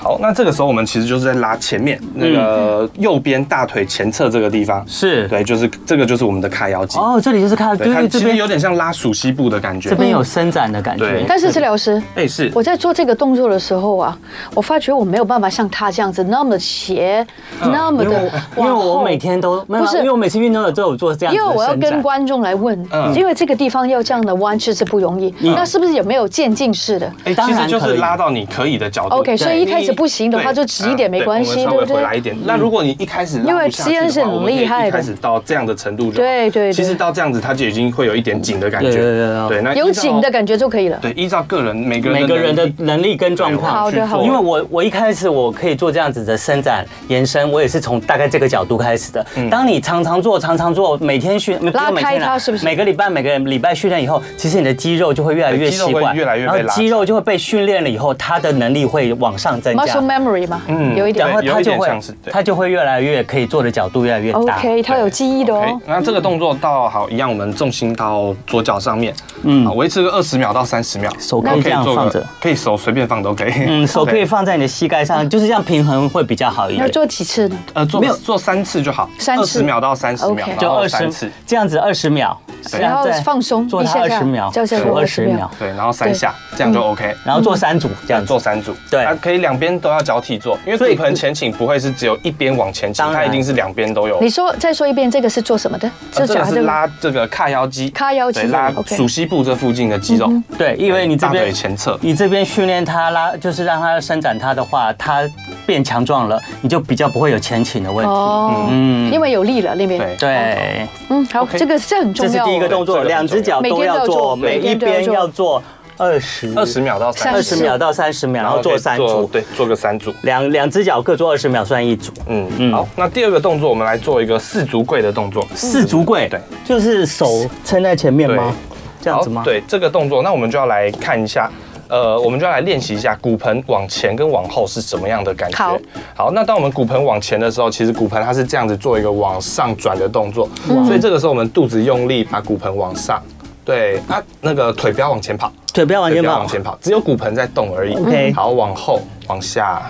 Speaker 4: 好，那这个时候我们其实就是在拉前面那
Speaker 3: 嗯
Speaker 4: 个右边大腿前侧这个地方，
Speaker 3: 是。
Speaker 4: 对，就是这个就是我们的髂腰肌。
Speaker 3: 哦，这里就是看，对
Speaker 4: 对，它
Speaker 3: 对，这
Speaker 4: 其实
Speaker 3: 边
Speaker 4: 有点像拉属膝部的感觉
Speaker 3: 这。边有伸展的感觉
Speaker 4: 对。
Speaker 2: 但是治疗师，
Speaker 4: 哎，是
Speaker 2: 我在做这个动作的时候啊，我发觉我没有办法像他这样子那么斜，那么的
Speaker 3: 嗯因为
Speaker 2: 往
Speaker 3: 我
Speaker 2: 后。
Speaker 3: 每天都没有，啊
Speaker 2: 不是
Speaker 3: 因为我每次运动的都有做这样
Speaker 2: 因
Speaker 3: 子
Speaker 2: 为
Speaker 3: 的伸展。
Speaker 2: 我要跟观众来问，
Speaker 4: 嗯
Speaker 2: 因为这个地方要这样的弯确实不容易。
Speaker 3: 嗯
Speaker 2: 那是不是有没有渐进式的
Speaker 4: 哎，
Speaker 3: 当
Speaker 4: 其
Speaker 3: 然
Speaker 4: 实就
Speaker 3: 可
Speaker 4: 是
Speaker 3: 以
Speaker 4: 拉到你可以的角度。
Speaker 2: ？OK，所以一开始
Speaker 4: 你
Speaker 2: 不行的话
Speaker 4: 对
Speaker 2: 就直一点
Speaker 4: 嗯
Speaker 2: 没
Speaker 4: 对
Speaker 2: 关
Speaker 4: 我们
Speaker 2: 系，
Speaker 4: 稍
Speaker 2: 对
Speaker 4: 微
Speaker 2: 不
Speaker 4: 回来
Speaker 2: 对？
Speaker 4: 一点。那如果你一开始拉
Speaker 2: 因为
Speaker 4: 不下去的话
Speaker 2: CN 是很
Speaker 4: 我们可以
Speaker 2: 厉害的
Speaker 4: 一开始到这样的程度就好
Speaker 2: 对对对
Speaker 4: 其实到这样子，它就已经会有一点紧的感
Speaker 3: 对对对对。
Speaker 4: 觉对，那
Speaker 2: 有
Speaker 4: 依照
Speaker 2: 紧的。感觉就可以了。
Speaker 4: 对，依照个人每个人
Speaker 3: 每个人的
Speaker 4: 能力
Speaker 3: 能力跟状况。
Speaker 2: 好的
Speaker 4: 去做
Speaker 2: 好的
Speaker 3: 哦因为我我一开始我可以做这样子的伸展延伸，我也是从大概这个角度开始的。当你常常做、常常做，每天训不
Speaker 2: 拉
Speaker 3: 用每天啊
Speaker 2: 开它是不是
Speaker 3: 每个礼拜、每个礼拜训练以后，其实你的肌肉就会越来越
Speaker 4: 对肌肉
Speaker 3: 习惯，
Speaker 4: 会越来越被
Speaker 3: 然后
Speaker 4: 拉
Speaker 3: 肌肉就会被训练了以后，它的能力会往上增加
Speaker 2: Muscle。memory 嘛，
Speaker 4: 嗯
Speaker 2: 有一
Speaker 3: 然
Speaker 2: 点。
Speaker 3: 后
Speaker 4: 对有
Speaker 3: 它
Speaker 4: 一
Speaker 3: 就
Speaker 4: 点
Speaker 3: 会
Speaker 4: 像是，对
Speaker 3: 它就会越来越可以做的角度越来越大。
Speaker 2: OK，它有记忆的
Speaker 4: OK，
Speaker 2: 哦。
Speaker 4: 那这个动作到好一样，我们重心到左脚上面，嗯，维持个二十秒到三十秒，
Speaker 3: 手可以
Speaker 4: 然后
Speaker 3: 这样
Speaker 4: 做个
Speaker 3: 放着，
Speaker 4: 可以手随便放都可以。
Speaker 3: 嗯，手可以
Speaker 4: OK，
Speaker 3: 放在你的膝盖上，就是这样平衡会比较好一
Speaker 2: 要
Speaker 3: 点。
Speaker 2: 做几次呢？
Speaker 4: 呃做
Speaker 3: 没有
Speaker 4: 做三次就好，
Speaker 2: 三
Speaker 4: 二
Speaker 2: 次
Speaker 4: 十秒到三十秒
Speaker 2: OK，
Speaker 3: 就
Speaker 4: 然后
Speaker 3: 二
Speaker 4: 三
Speaker 3: 十
Speaker 4: 次，
Speaker 3: 这样子二十秒，
Speaker 4: 对
Speaker 2: 然后
Speaker 3: 这样再
Speaker 2: 放松
Speaker 3: 做
Speaker 2: 一
Speaker 3: 它
Speaker 2: 下
Speaker 3: 二
Speaker 2: 下
Speaker 3: 十秒，
Speaker 2: 就这样
Speaker 3: 做二
Speaker 2: 20
Speaker 3: 十秒
Speaker 2: 秒，
Speaker 4: 对，然后三
Speaker 2: 对嗯
Speaker 4: 下，这样就 OK。
Speaker 3: 然后做三组这样子
Speaker 4: 做。三组，
Speaker 3: 对
Speaker 4: 啊可以两边都要交替做，因为
Speaker 3: 所以
Speaker 4: 骨盆前倾不会是只有一边往前倾，
Speaker 3: 当然
Speaker 4: 它一定是两边都有。
Speaker 2: 你说再说一遍，这个是做什么
Speaker 3: 啊
Speaker 2: 的？
Speaker 4: 呃这
Speaker 2: 脚
Speaker 4: 个是拉这个髂腰肌，
Speaker 2: 髂腰肌
Speaker 4: 对拉
Speaker 2: OK 嗯
Speaker 4: 属膝部这附近的肌肉，
Speaker 3: 对，因为你这
Speaker 4: 大
Speaker 3: 边
Speaker 4: 腿前侧。
Speaker 3: 你这边训练它拉，就是让它伸展它的话，它变强壮了，你就比较不会有前倾的问题。
Speaker 2: 哦，因为有力了那边。
Speaker 4: 对
Speaker 3: 嗯对，
Speaker 2: 嗯，好，这个这很重
Speaker 3: 这是
Speaker 2: 要哦。
Speaker 3: 第一个动
Speaker 4: 这
Speaker 3: 作，
Speaker 4: 个
Speaker 3: 两只脚都要做，每
Speaker 2: 每
Speaker 3: 一
Speaker 2: 天都要做
Speaker 3: 边要做二十
Speaker 4: 二十秒到三
Speaker 3: 二
Speaker 4: 十
Speaker 3: 十秒到三十秒，然后
Speaker 4: 可以
Speaker 3: 做三组，
Speaker 4: 对，做个三组。
Speaker 3: 两两只脚各做二十秒算一组。
Speaker 4: 嗯嗯。好，那第二个动作，我们来做一个四足跪的动作。
Speaker 3: 四足跪，
Speaker 4: 对，
Speaker 3: 就是手撑在前面吗？这样
Speaker 4: 好
Speaker 3: 子吗？，
Speaker 4: 对，这个动作，那我们就要来看一下。呃，我们就要来练习一下骨盆往前跟往后是什么样的感觉。
Speaker 2: 好，
Speaker 4: 那当我们骨盆往前的时候，其实骨盆它是这样子做一个往上转的动作，
Speaker 3: 嗯
Speaker 4: 所以这个时候我们肚子用力把骨盆往上，对啊，那个腿不要往前跑，
Speaker 3: 腿啊不要往
Speaker 4: 腿
Speaker 3: 前
Speaker 4: 不要
Speaker 3: 跑
Speaker 4: 往。前跑，只有骨盆在动而已。
Speaker 3: OK
Speaker 4: 好，往后往下，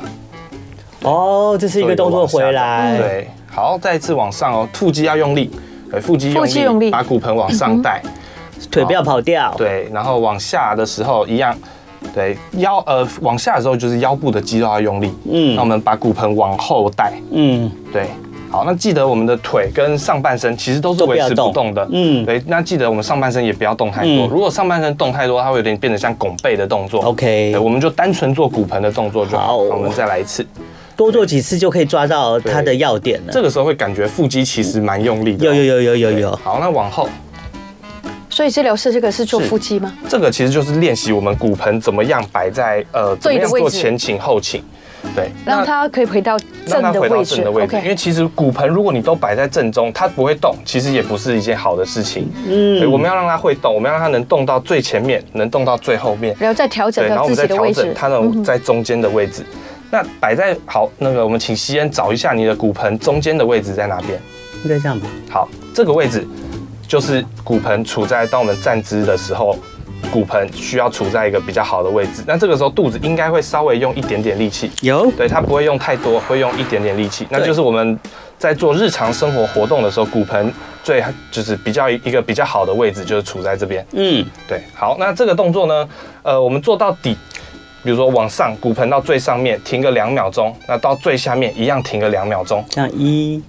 Speaker 3: 哦，这是一个动作回来。
Speaker 4: 对，好，再一次往上哦，腹肌要用力，对，腹肌用力，
Speaker 2: 腹肌用力
Speaker 4: 把骨盆往上
Speaker 3: 嗯
Speaker 4: 带，
Speaker 3: 腿不要跑掉。
Speaker 4: 对，然后往下的时候一样，对，腰呃往下的时候就是腰部的肌肉要用力，
Speaker 3: 嗯
Speaker 4: 嗯，那我们把骨盆往后带，
Speaker 3: 嗯，
Speaker 4: 对，好，那记得我们的腿跟上半身其实都是
Speaker 3: 都不
Speaker 4: 维
Speaker 3: 要
Speaker 4: 持不
Speaker 3: 动
Speaker 4: 动的，
Speaker 3: 嗯
Speaker 4: 对。那记得我们上半身也不要动太多，
Speaker 3: 嗯
Speaker 4: 如果上半身动太多，它会有点变得像拱背的动作。
Speaker 3: OK
Speaker 4: 对，我们就单纯做骨盆的动作就好。
Speaker 3: 好
Speaker 4: 我们再来一次，
Speaker 3: 多做几次就可以抓到它的要点了。
Speaker 4: 这个时候会感觉腹肌其实蛮用力的哦、
Speaker 3: 有有有有有
Speaker 4: 对
Speaker 3: 有，
Speaker 4: 好，那往后
Speaker 2: 所以治疗师这个是做
Speaker 4: 是
Speaker 2: 腹肌吗？
Speaker 4: 这个其实就是练习我们骨盆怎么样摆在呃，怎
Speaker 2: 对
Speaker 4: 么
Speaker 2: 的
Speaker 4: 样
Speaker 2: 位
Speaker 4: 做
Speaker 2: 置
Speaker 4: 前倾后倾，对，
Speaker 2: 让它可以回到
Speaker 4: 让
Speaker 2: 正
Speaker 4: 它
Speaker 2: 的
Speaker 4: 回到
Speaker 2: 位
Speaker 4: 正
Speaker 2: 置
Speaker 4: 的位置，因为其实骨盆如果你都摆在正中，它不会动，其实也不是一件好的事情。嗯，我们要让它会动，我们要让它能动到最前面，能动到最后面，
Speaker 2: 然后再调整
Speaker 4: 对，然
Speaker 2: 到
Speaker 4: 后我
Speaker 2: 自
Speaker 4: 们再
Speaker 2: 己的
Speaker 4: 调
Speaker 2: 位
Speaker 4: 整
Speaker 2: 置。嗯
Speaker 4: 它那种在中间的位置。那摆在好那个，我们请西恩找一下你的骨盆中间的位置在哪边。
Speaker 3: 应该这样吧？
Speaker 4: 好，这个位置就是骨盆处在当我们站姿的时候，骨盆需要处在一个比较好的位置。那这个时候肚子应该会稍微用一点点力气，
Speaker 3: 有
Speaker 4: 对，它不会用太多，会用一点点力气。那
Speaker 3: 对
Speaker 4: 就是我们在做日常生活活动的时候，骨盆最就是比较一个比较好的位置，就是处在这边。
Speaker 3: 嗯，
Speaker 4: 对，好，那这个动作呢，呃，我们做到底，比如说往上，骨盆到最上面停个两秒钟，那到最下面一样停个两秒钟，
Speaker 3: 这样一、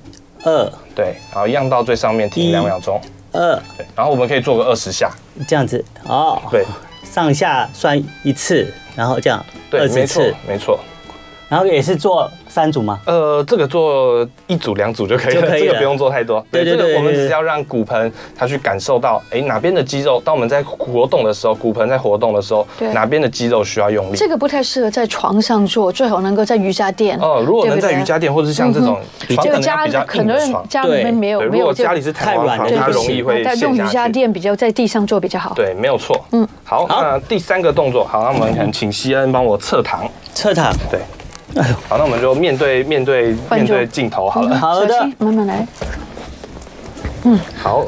Speaker 3: 二、
Speaker 4: 对，好，一样到最上面停两秒钟，
Speaker 3: 二，
Speaker 4: 对，然后我们可以做个二十下，
Speaker 3: 这样子哦。
Speaker 4: 对，
Speaker 3: 上下算一次，然后这样
Speaker 4: 对
Speaker 3: 二，
Speaker 4: 没
Speaker 3: 十
Speaker 4: 错
Speaker 3: 次，，
Speaker 4: 没错，
Speaker 3: 然后也是做三组吗？
Speaker 4: 呃，这个做一组两组就可以
Speaker 3: 就
Speaker 4: 了，
Speaker 3: 可以
Speaker 4: 这个
Speaker 3: 了
Speaker 4: 不用做太多。
Speaker 3: 对对
Speaker 4: 这
Speaker 3: 对
Speaker 4: 个我们
Speaker 3: 对
Speaker 4: 只要让骨盆它去感受到，哎，哪边的肌肉，当我们在活动的时候，骨盆在活动的时候
Speaker 2: 对，
Speaker 4: 哪边的肌肉需要用力。
Speaker 2: 这个不太适合在床上做，最好能够在瑜伽垫。
Speaker 4: 哦，如果能
Speaker 2: 对
Speaker 4: 在
Speaker 2: 不对
Speaker 4: 瑜伽垫或者像这种
Speaker 2: 嗯
Speaker 4: 床
Speaker 2: 这
Speaker 4: 可
Speaker 2: 个
Speaker 4: 能要
Speaker 2: 家
Speaker 4: 比较
Speaker 2: 可
Speaker 4: 硬的床
Speaker 2: 能，家里面没有
Speaker 4: 对，如
Speaker 2: 没有
Speaker 4: 果
Speaker 2: 这个
Speaker 4: 家里是弹簧
Speaker 3: 太
Speaker 4: 床，
Speaker 3: 软了就
Speaker 4: 它
Speaker 3: 不
Speaker 4: 容
Speaker 3: 行
Speaker 4: 易会
Speaker 2: 但
Speaker 4: 陷
Speaker 2: 用瑜
Speaker 4: 下
Speaker 2: 伽
Speaker 4: 去。
Speaker 2: 垫比较在地上做比较好。
Speaker 4: 对，没有错。嗯
Speaker 2: 嗯，
Speaker 4: 好，
Speaker 3: 好嗯
Speaker 4: 那第三个动作，好，那我们可能请西恩帮我侧躺。
Speaker 3: 侧躺，
Speaker 4: 对，好，那我们就面对面对
Speaker 2: 哎换
Speaker 4: 面
Speaker 2: 桌
Speaker 4: 对镜头好了。
Speaker 3: 好的
Speaker 2: 嗯小心慢慢来。嗯
Speaker 4: 好，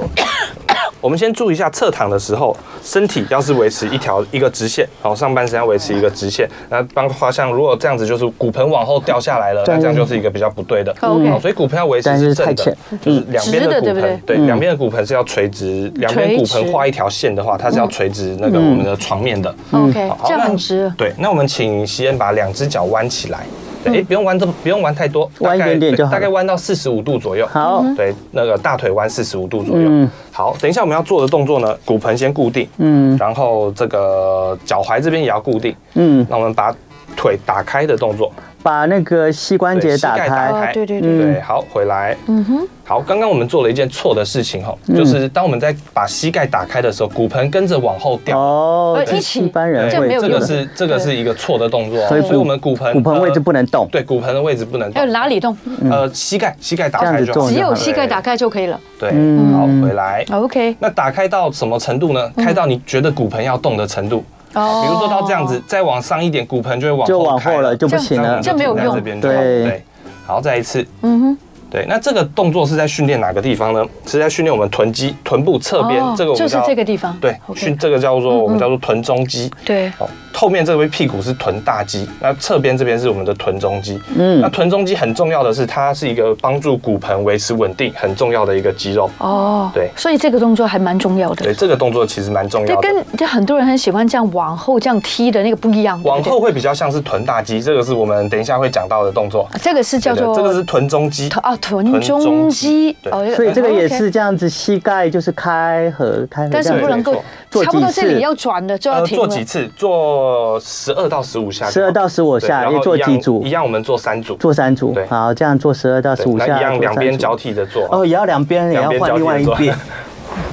Speaker 4: 我们先注意一下侧躺的时候，身体要是维持一条一个直线，好，上半身要维持一个直线。那包括像如果这样子，就是骨盆往后掉下来了，那这样就是一个比较不对的。
Speaker 2: OK
Speaker 4: 好所以骨盆要维持
Speaker 3: 但
Speaker 4: 是
Speaker 3: 是
Speaker 4: 正
Speaker 3: 太
Speaker 4: 的
Speaker 3: 浅，嗯
Speaker 4: 就是两边的
Speaker 2: 直的对
Speaker 4: 骨
Speaker 2: 不
Speaker 4: 盆，对
Speaker 2: 对，
Speaker 4: 两边的骨盆是要垂直，两边骨盆画一条线的话，它是要垂直那个
Speaker 3: 嗯
Speaker 4: 我们的床面的。
Speaker 3: 哎
Speaker 2: OK，
Speaker 4: 好
Speaker 2: 这样
Speaker 4: 那
Speaker 2: 很直。
Speaker 4: 对，那我们请席恩把两只脚弯起来。对，哎，不用弯这么，不用弯太多，
Speaker 3: 嗯弯一
Speaker 4: 大概
Speaker 3: 点点
Speaker 4: 对
Speaker 3: 就好
Speaker 4: 大概
Speaker 3: 了
Speaker 4: 弯到四十五度左右。
Speaker 3: 好，
Speaker 4: 对，那个大腿弯四十五度左右。
Speaker 3: 嗯
Speaker 4: 好，等一下我们要做的动作呢，骨盆先固定，
Speaker 3: 嗯
Speaker 4: 然后这个脚踝这边也要固定。
Speaker 3: 嗯，
Speaker 4: 那我们把腿打开的动作，
Speaker 3: 把那个膝关
Speaker 4: 对
Speaker 3: 节
Speaker 4: 膝
Speaker 3: 打
Speaker 4: 盖打
Speaker 3: 开，
Speaker 4: 开，
Speaker 2: 哦对对
Speaker 4: 对
Speaker 2: 对
Speaker 4: 好，回来。
Speaker 2: 嗯哼，
Speaker 4: 好，刚刚我们做了一件错的事情哈，
Speaker 3: 嗯
Speaker 4: 就是当我们在把膝盖打开的时候，骨盆跟着往后掉。
Speaker 3: 哦
Speaker 2: 呃，
Speaker 3: 这
Speaker 2: 一
Speaker 3: 是
Speaker 2: 起
Speaker 3: 一般人
Speaker 2: 这样
Speaker 3: 会
Speaker 2: 没有
Speaker 4: 这
Speaker 3: 做
Speaker 4: 个
Speaker 2: 用
Speaker 3: 的
Speaker 4: 是这个是一个错的动作哦，
Speaker 3: 所以骨
Speaker 4: 所以我们骨盆
Speaker 3: 骨盆位置不能动
Speaker 4: 呃对，骨盆的位置不能
Speaker 2: 要
Speaker 4: 动，
Speaker 2: 哪里动？
Speaker 4: 呃，膝盖膝盖打开就
Speaker 3: 这样
Speaker 4: 哦好
Speaker 3: 子
Speaker 2: 只
Speaker 3: 做。
Speaker 2: 有膝盖打开就可以了。
Speaker 4: 对，
Speaker 3: 嗯
Speaker 4: 好，回来。
Speaker 2: OK，
Speaker 4: 那打开到什么程度呢？
Speaker 2: 嗯
Speaker 4: 开到你觉得骨盆要动的程度，
Speaker 2: 哦
Speaker 4: 比如说到这样子，，再往上一点，骨盆就会往
Speaker 3: 就往
Speaker 4: 开
Speaker 3: 后了就不行
Speaker 4: 然后
Speaker 3: 了
Speaker 4: 你。
Speaker 2: 这样没有
Speaker 4: 停在
Speaker 2: 用
Speaker 4: 这边就好
Speaker 3: 对
Speaker 4: 对，好，再一次。
Speaker 2: 嗯
Speaker 4: 对，那这个动作是在训练哪个地方呢？是在训练我们臀肌、臀部侧
Speaker 2: 哼，
Speaker 4: 边，这个我
Speaker 2: 哦就
Speaker 4: 们
Speaker 2: 是
Speaker 4: 叫
Speaker 2: 这个地方。嗯
Speaker 4: 对，
Speaker 2: OK
Speaker 4: 训这个叫做我们叫做臀中肌。
Speaker 2: 对，
Speaker 4: 好，哦后面这边屁股是臀大肌，那侧边这边是我们的臀中肌。那
Speaker 3: 嗯，
Speaker 4: 臀中肌很重要的是，它是一个帮助骨盆维持稳定很重要的一个肌肉。
Speaker 2: 哦，
Speaker 4: 对
Speaker 2: 所以这个动作还蛮重要
Speaker 4: 对，
Speaker 2: 的。
Speaker 4: 这个动作其实蛮重
Speaker 2: 这
Speaker 4: 要的。
Speaker 2: 跟这很多人很喜欢这样往后这样踢的那个不一样。对不对
Speaker 4: 往后，会比较像是臀大肌，这个是我们等一下会讲到的动作。
Speaker 2: 啊这个是叫做
Speaker 4: 对的这个是臀中肌。
Speaker 2: 臀啊
Speaker 4: 臀
Speaker 2: 臀
Speaker 4: 中
Speaker 2: 中
Speaker 4: 肌
Speaker 2: 肌
Speaker 4: 对
Speaker 2: 哦，
Speaker 3: 所以这个也
Speaker 2: OK
Speaker 3: 是这样子，膝盖就是开合开合这
Speaker 2: 但
Speaker 3: 样子，
Speaker 2: 是不能够
Speaker 4: 对
Speaker 3: 做
Speaker 2: 差不多
Speaker 3: 几
Speaker 2: 这
Speaker 3: 次
Speaker 2: 里要转的就要
Speaker 4: 呃，
Speaker 2: 停
Speaker 4: 做
Speaker 2: 了。
Speaker 4: 几次？做十二到十五下就好。
Speaker 3: 12到15
Speaker 4: 对
Speaker 3: 下
Speaker 4: 然后
Speaker 3: 也做
Speaker 4: 一样
Speaker 3: 几组
Speaker 4: 一样，我们做三组。
Speaker 3: 做三组
Speaker 4: 对，
Speaker 3: 好，这样做十二到
Speaker 4: 对
Speaker 3: 十五
Speaker 4: 那
Speaker 3: 下，
Speaker 4: 一样，
Speaker 3: 做
Speaker 4: 两
Speaker 3: 三
Speaker 4: 边
Speaker 3: 组
Speaker 4: 交替的做。
Speaker 3: 哦，也要两边，也
Speaker 4: 两
Speaker 3: 要
Speaker 4: 边
Speaker 3: 换
Speaker 4: 交替
Speaker 3: 另外
Speaker 4: 的
Speaker 3: 一
Speaker 4: 做
Speaker 3: 边，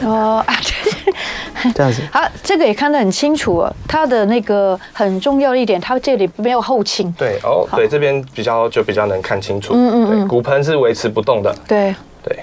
Speaker 2: 哦 啊，对
Speaker 3: 这样子。
Speaker 2: 好，这个也看得很清楚哦。它的那个很重要的一点，它这里没有后倾。
Speaker 4: 对哦，对，这边比较就比较能看清楚。
Speaker 2: 嗯嗯
Speaker 4: 对，骨盆是维持不动的。
Speaker 2: 对，
Speaker 4: 对，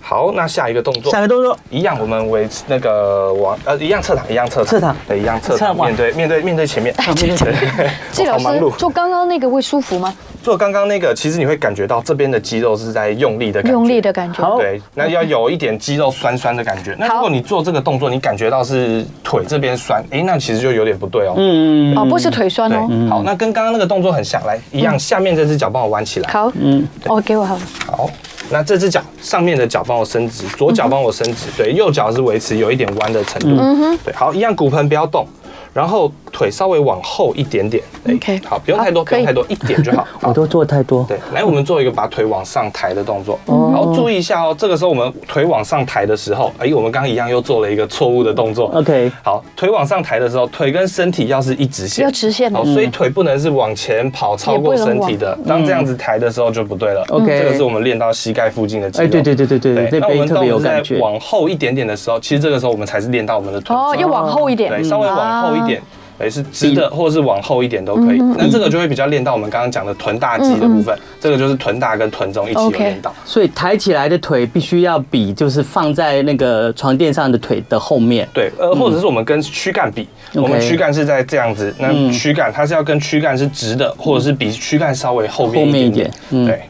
Speaker 4: 好，那下一个动作
Speaker 3: 下，个动作，
Speaker 4: 一样我们维持那个往呃一样侧躺，一样侧躺，
Speaker 3: 侧躺
Speaker 4: 对，一样侧
Speaker 3: 侧
Speaker 4: 躺，
Speaker 3: 躺
Speaker 4: 面对面对面对前面。
Speaker 2: 季
Speaker 4: 对，我
Speaker 2: 老
Speaker 4: 好忙
Speaker 2: 师
Speaker 4: 碌。
Speaker 2: 做刚刚那个会舒服吗？
Speaker 4: 做刚刚那个，其实你会感觉到这边的肌肉是在用力的感觉，
Speaker 2: 用力的感觉。哦
Speaker 3: 好
Speaker 4: 对，那要有一点肌肉酸酸的感觉。那如果你做这个动作，你感觉到是腿这边酸，诶，那其实就有点不对哦。
Speaker 3: 嗯，
Speaker 2: 哦，不是腿酸
Speaker 4: 对
Speaker 2: 哦。，
Speaker 4: 好，那跟刚刚那个动作很像，来一样，下面这只脚帮我弯起来。
Speaker 2: 好，嗯，哦，给我好了。
Speaker 4: 好，那这只脚上面的脚帮我伸直，左脚帮我
Speaker 2: 嗯
Speaker 4: 伸直，对，右脚是维持有一点弯的程度。对，好，一样骨盆不要动，然后腿稍微往后一点点。哎
Speaker 2: OK
Speaker 4: 好，不用太多，
Speaker 2: 好
Speaker 4: 不
Speaker 2: 可以
Speaker 4: 用太多，一点 就好。
Speaker 3: 我都做太多。
Speaker 4: 对，来，我们做一个把腿往上抬的动作。然后注意一下哦，这个时候我们腿往上抬的时候，哎，我们刚刚一样又做了一个错误的动作。
Speaker 3: OK，哎
Speaker 4: 好，腿往上抬的时候，腿跟身体要是一直线，
Speaker 2: 要直线的
Speaker 4: 好，所以腿不能是往前跑超过身体的。当这样子抬的时候就不对了。
Speaker 3: 嗯 OK
Speaker 4: 这个是我们练到膝盖附近的肌
Speaker 3: 哎，
Speaker 4: 肉。
Speaker 3: 对对对对对，这
Speaker 4: 那我
Speaker 3: 边
Speaker 4: 们
Speaker 3: 特
Speaker 4: 当
Speaker 3: 别有
Speaker 4: 我们
Speaker 3: 感
Speaker 4: 在
Speaker 3: 觉。
Speaker 4: 往后一点点的时候，其实这个时候我们才是练到我们的臀肌。
Speaker 2: 哦，要往后一点，
Speaker 4: 对，稍微往后一点，
Speaker 3: 啊
Speaker 4: 对，是直
Speaker 3: 嗯
Speaker 4: 的或者是往后一点都可以。那这个就会比较练到我们刚刚讲的臀大肌的部
Speaker 3: 嗯
Speaker 4: 分，这个就是臀大跟臀中一起有
Speaker 2: OK
Speaker 4: 练到。
Speaker 3: 所以抬起来的腿必须要比就是放在那个床垫上的腿的后面。
Speaker 4: 对，呃，或
Speaker 2: 嗯
Speaker 4: 者是我们跟躯干比，
Speaker 3: OK
Speaker 4: 我们躯干是在这样子，那
Speaker 2: 嗯
Speaker 4: 躯干它是要跟躯干是直的，或者是比躯干稍微后面
Speaker 3: 后面一
Speaker 4: 一
Speaker 3: 点
Speaker 4: 点
Speaker 3: 嗯
Speaker 4: 点，对，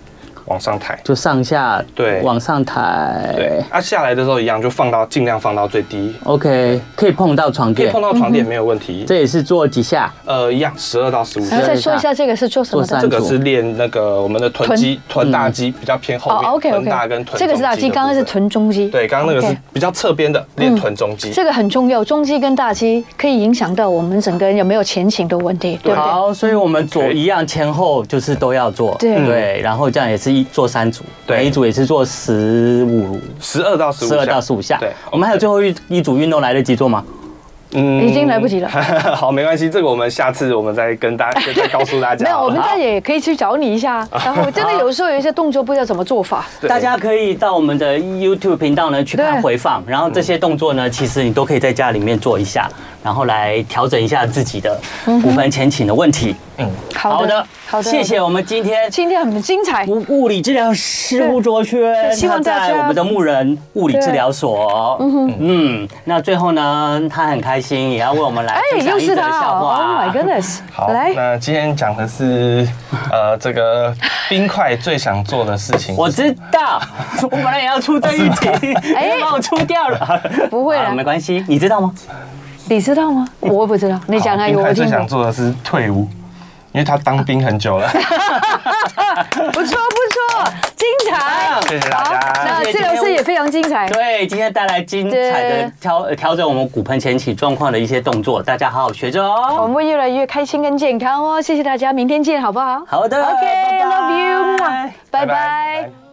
Speaker 4: 往上抬。
Speaker 3: 就上下
Speaker 4: 对
Speaker 3: 往上抬，
Speaker 4: 对，
Speaker 2: 哎
Speaker 4: 啊，下来的时候一样，就放到尽量放到最低，
Speaker 3: ，OK，可以碰到床
Speaker 4: 可以
Speaker 3: 垫
Speaker 4: 碰，到床
Speaker 2: 嗯
Speaker 4: 垫没有问题。
Speaker 3: 这也是做几下，
Speaker 4: 呃，一样，十二到十五
Speaker 2: 然
Speaker 4: 下
Speaker 2: 后。啊再说一下这个是做什么
Speaker 3: 做
Speaker 2: 的
Speaker 3: 三
Speaker 4: 这。个是练那个我们的臀肌、臀大肌比较偏后面，
Speaker 2: ，OK
Speaker 4: 臀
Speaker 2: OK，
Speaker 4: 大跟臀
Speaker 2: 嗯哦这个是大
Speaker 4: 中
Speaker 2: 肌，
Speaker 4: 的
Speaker 2: 刚刚是
Speaker 4: 部分
Speaker 2: 臀中肌。
Speaker 4: 对，刚刚那个是
Speaker 2: OK 嗯
Speaker 4: 比较侧边的练臀中肌。
Speaker 2: 这个很重要，中肌跟大肌可以影响到我们整个人有没有前倾的问题，对不对？
Speaker 3: 好，所以我们左一样前后就是都要做，
Speaker 2: 对
Speaker 3: 对，然后这样也是一做三组，
Speaker 4: 对
Speaker 3: 每一组也是做十五、
Speaker 4: 十二到十五，
Speaker 3: 十二到十五下。
Speaker 4: 对，
Speaker 3: 我们还有最后一一组运动来得及做吗？
Speaker 4: 嗯
Speaker 2: 已经来不及了。
Speaker 4: 好，没关系，这个我们下次我们再 跟大家再告诉大家。
Speaker 2: 没有，我们
Speaker 4: 好
Speaker 2: 再也可以去找你一 下。然后真的有时候有一些动作不知道怎么做法，
Speaker 4: 对
Speaker 3: 大家可以到我们的 YouTube 频道呢去看
Speaker 2: 对
Speaker 3: 回放，然后这些动作呢，其实你都可以在家里面做一下，然后来调整一下自己的骨盆前倾的问题。
Speaker 2: 嗯好的，好的，
Speaker 3: 谢谢。我们今天
Speaker 2: 今天很精彩，
Speaker 3: 物物理治疗师吴卓轩，
Speaker 2: 对希望
Speaker 3: 他
Speaker 2: 大家
Speaker 3: 在我们的牧人物理治疗所。嗯，那最后呢，他很开心，也要为我们来
Speaker 2: 哎，
Speaker 3: 分享
Speaker 2: 又
Speaker 3: 一
Speaker 2: 是
Speaker 3: 则
Speaker 2: 他
Speaker 3: 笑
Speaker 2: ，Oh
Speaker 3: 话
Speaker 2: my。goodness！
Speaker 4: 啊 好，
Speaker 2: 来，
Speaker 4: 那今天讲的是，呃，这个冰块最想做的事情。
Speaker 3: 我知道， 我本来也要出这一 题，哎，把我出掉了。
Speaker 2: 不会
Speaker 3: 好
Speaker 2: 啦
Speaker 3: 没，关系，你知道吗？
Speaker 2: 你知道吗？我不知道，你讲啊，
Speaker 4: 好冰
Speaker 2: 有
Speaker 4: 块
Speaker 2: 我
Speaker 4: 最
Speaker 2: 听
Speaker 4: 想
Speaker 2: 过。
Speaker 4: 做的是退伍，因为他当兵很 久了。
Speaker 2: 啊不错不错，精彩。
Speaker 4: 啊谢谢大家
Speaker 2: 那治疗师也非常精彩。
Speaker 3: 对，今天带来精彩的
Speaker 2: 对
Speaker 3: 调呃调整我们骨盆前倾状况的一些动作，大家好好学着
Speaker 2: 我
Speaker 3: 哦。
Speaker 2: 们会越来越开心跟健康哦，谢谢大家，明天见好不好？
Speaker 3: 好的
Speaker 2: ，OK，Love、
Speaker 3: 拜拜
Speaker 2: you，拜拜。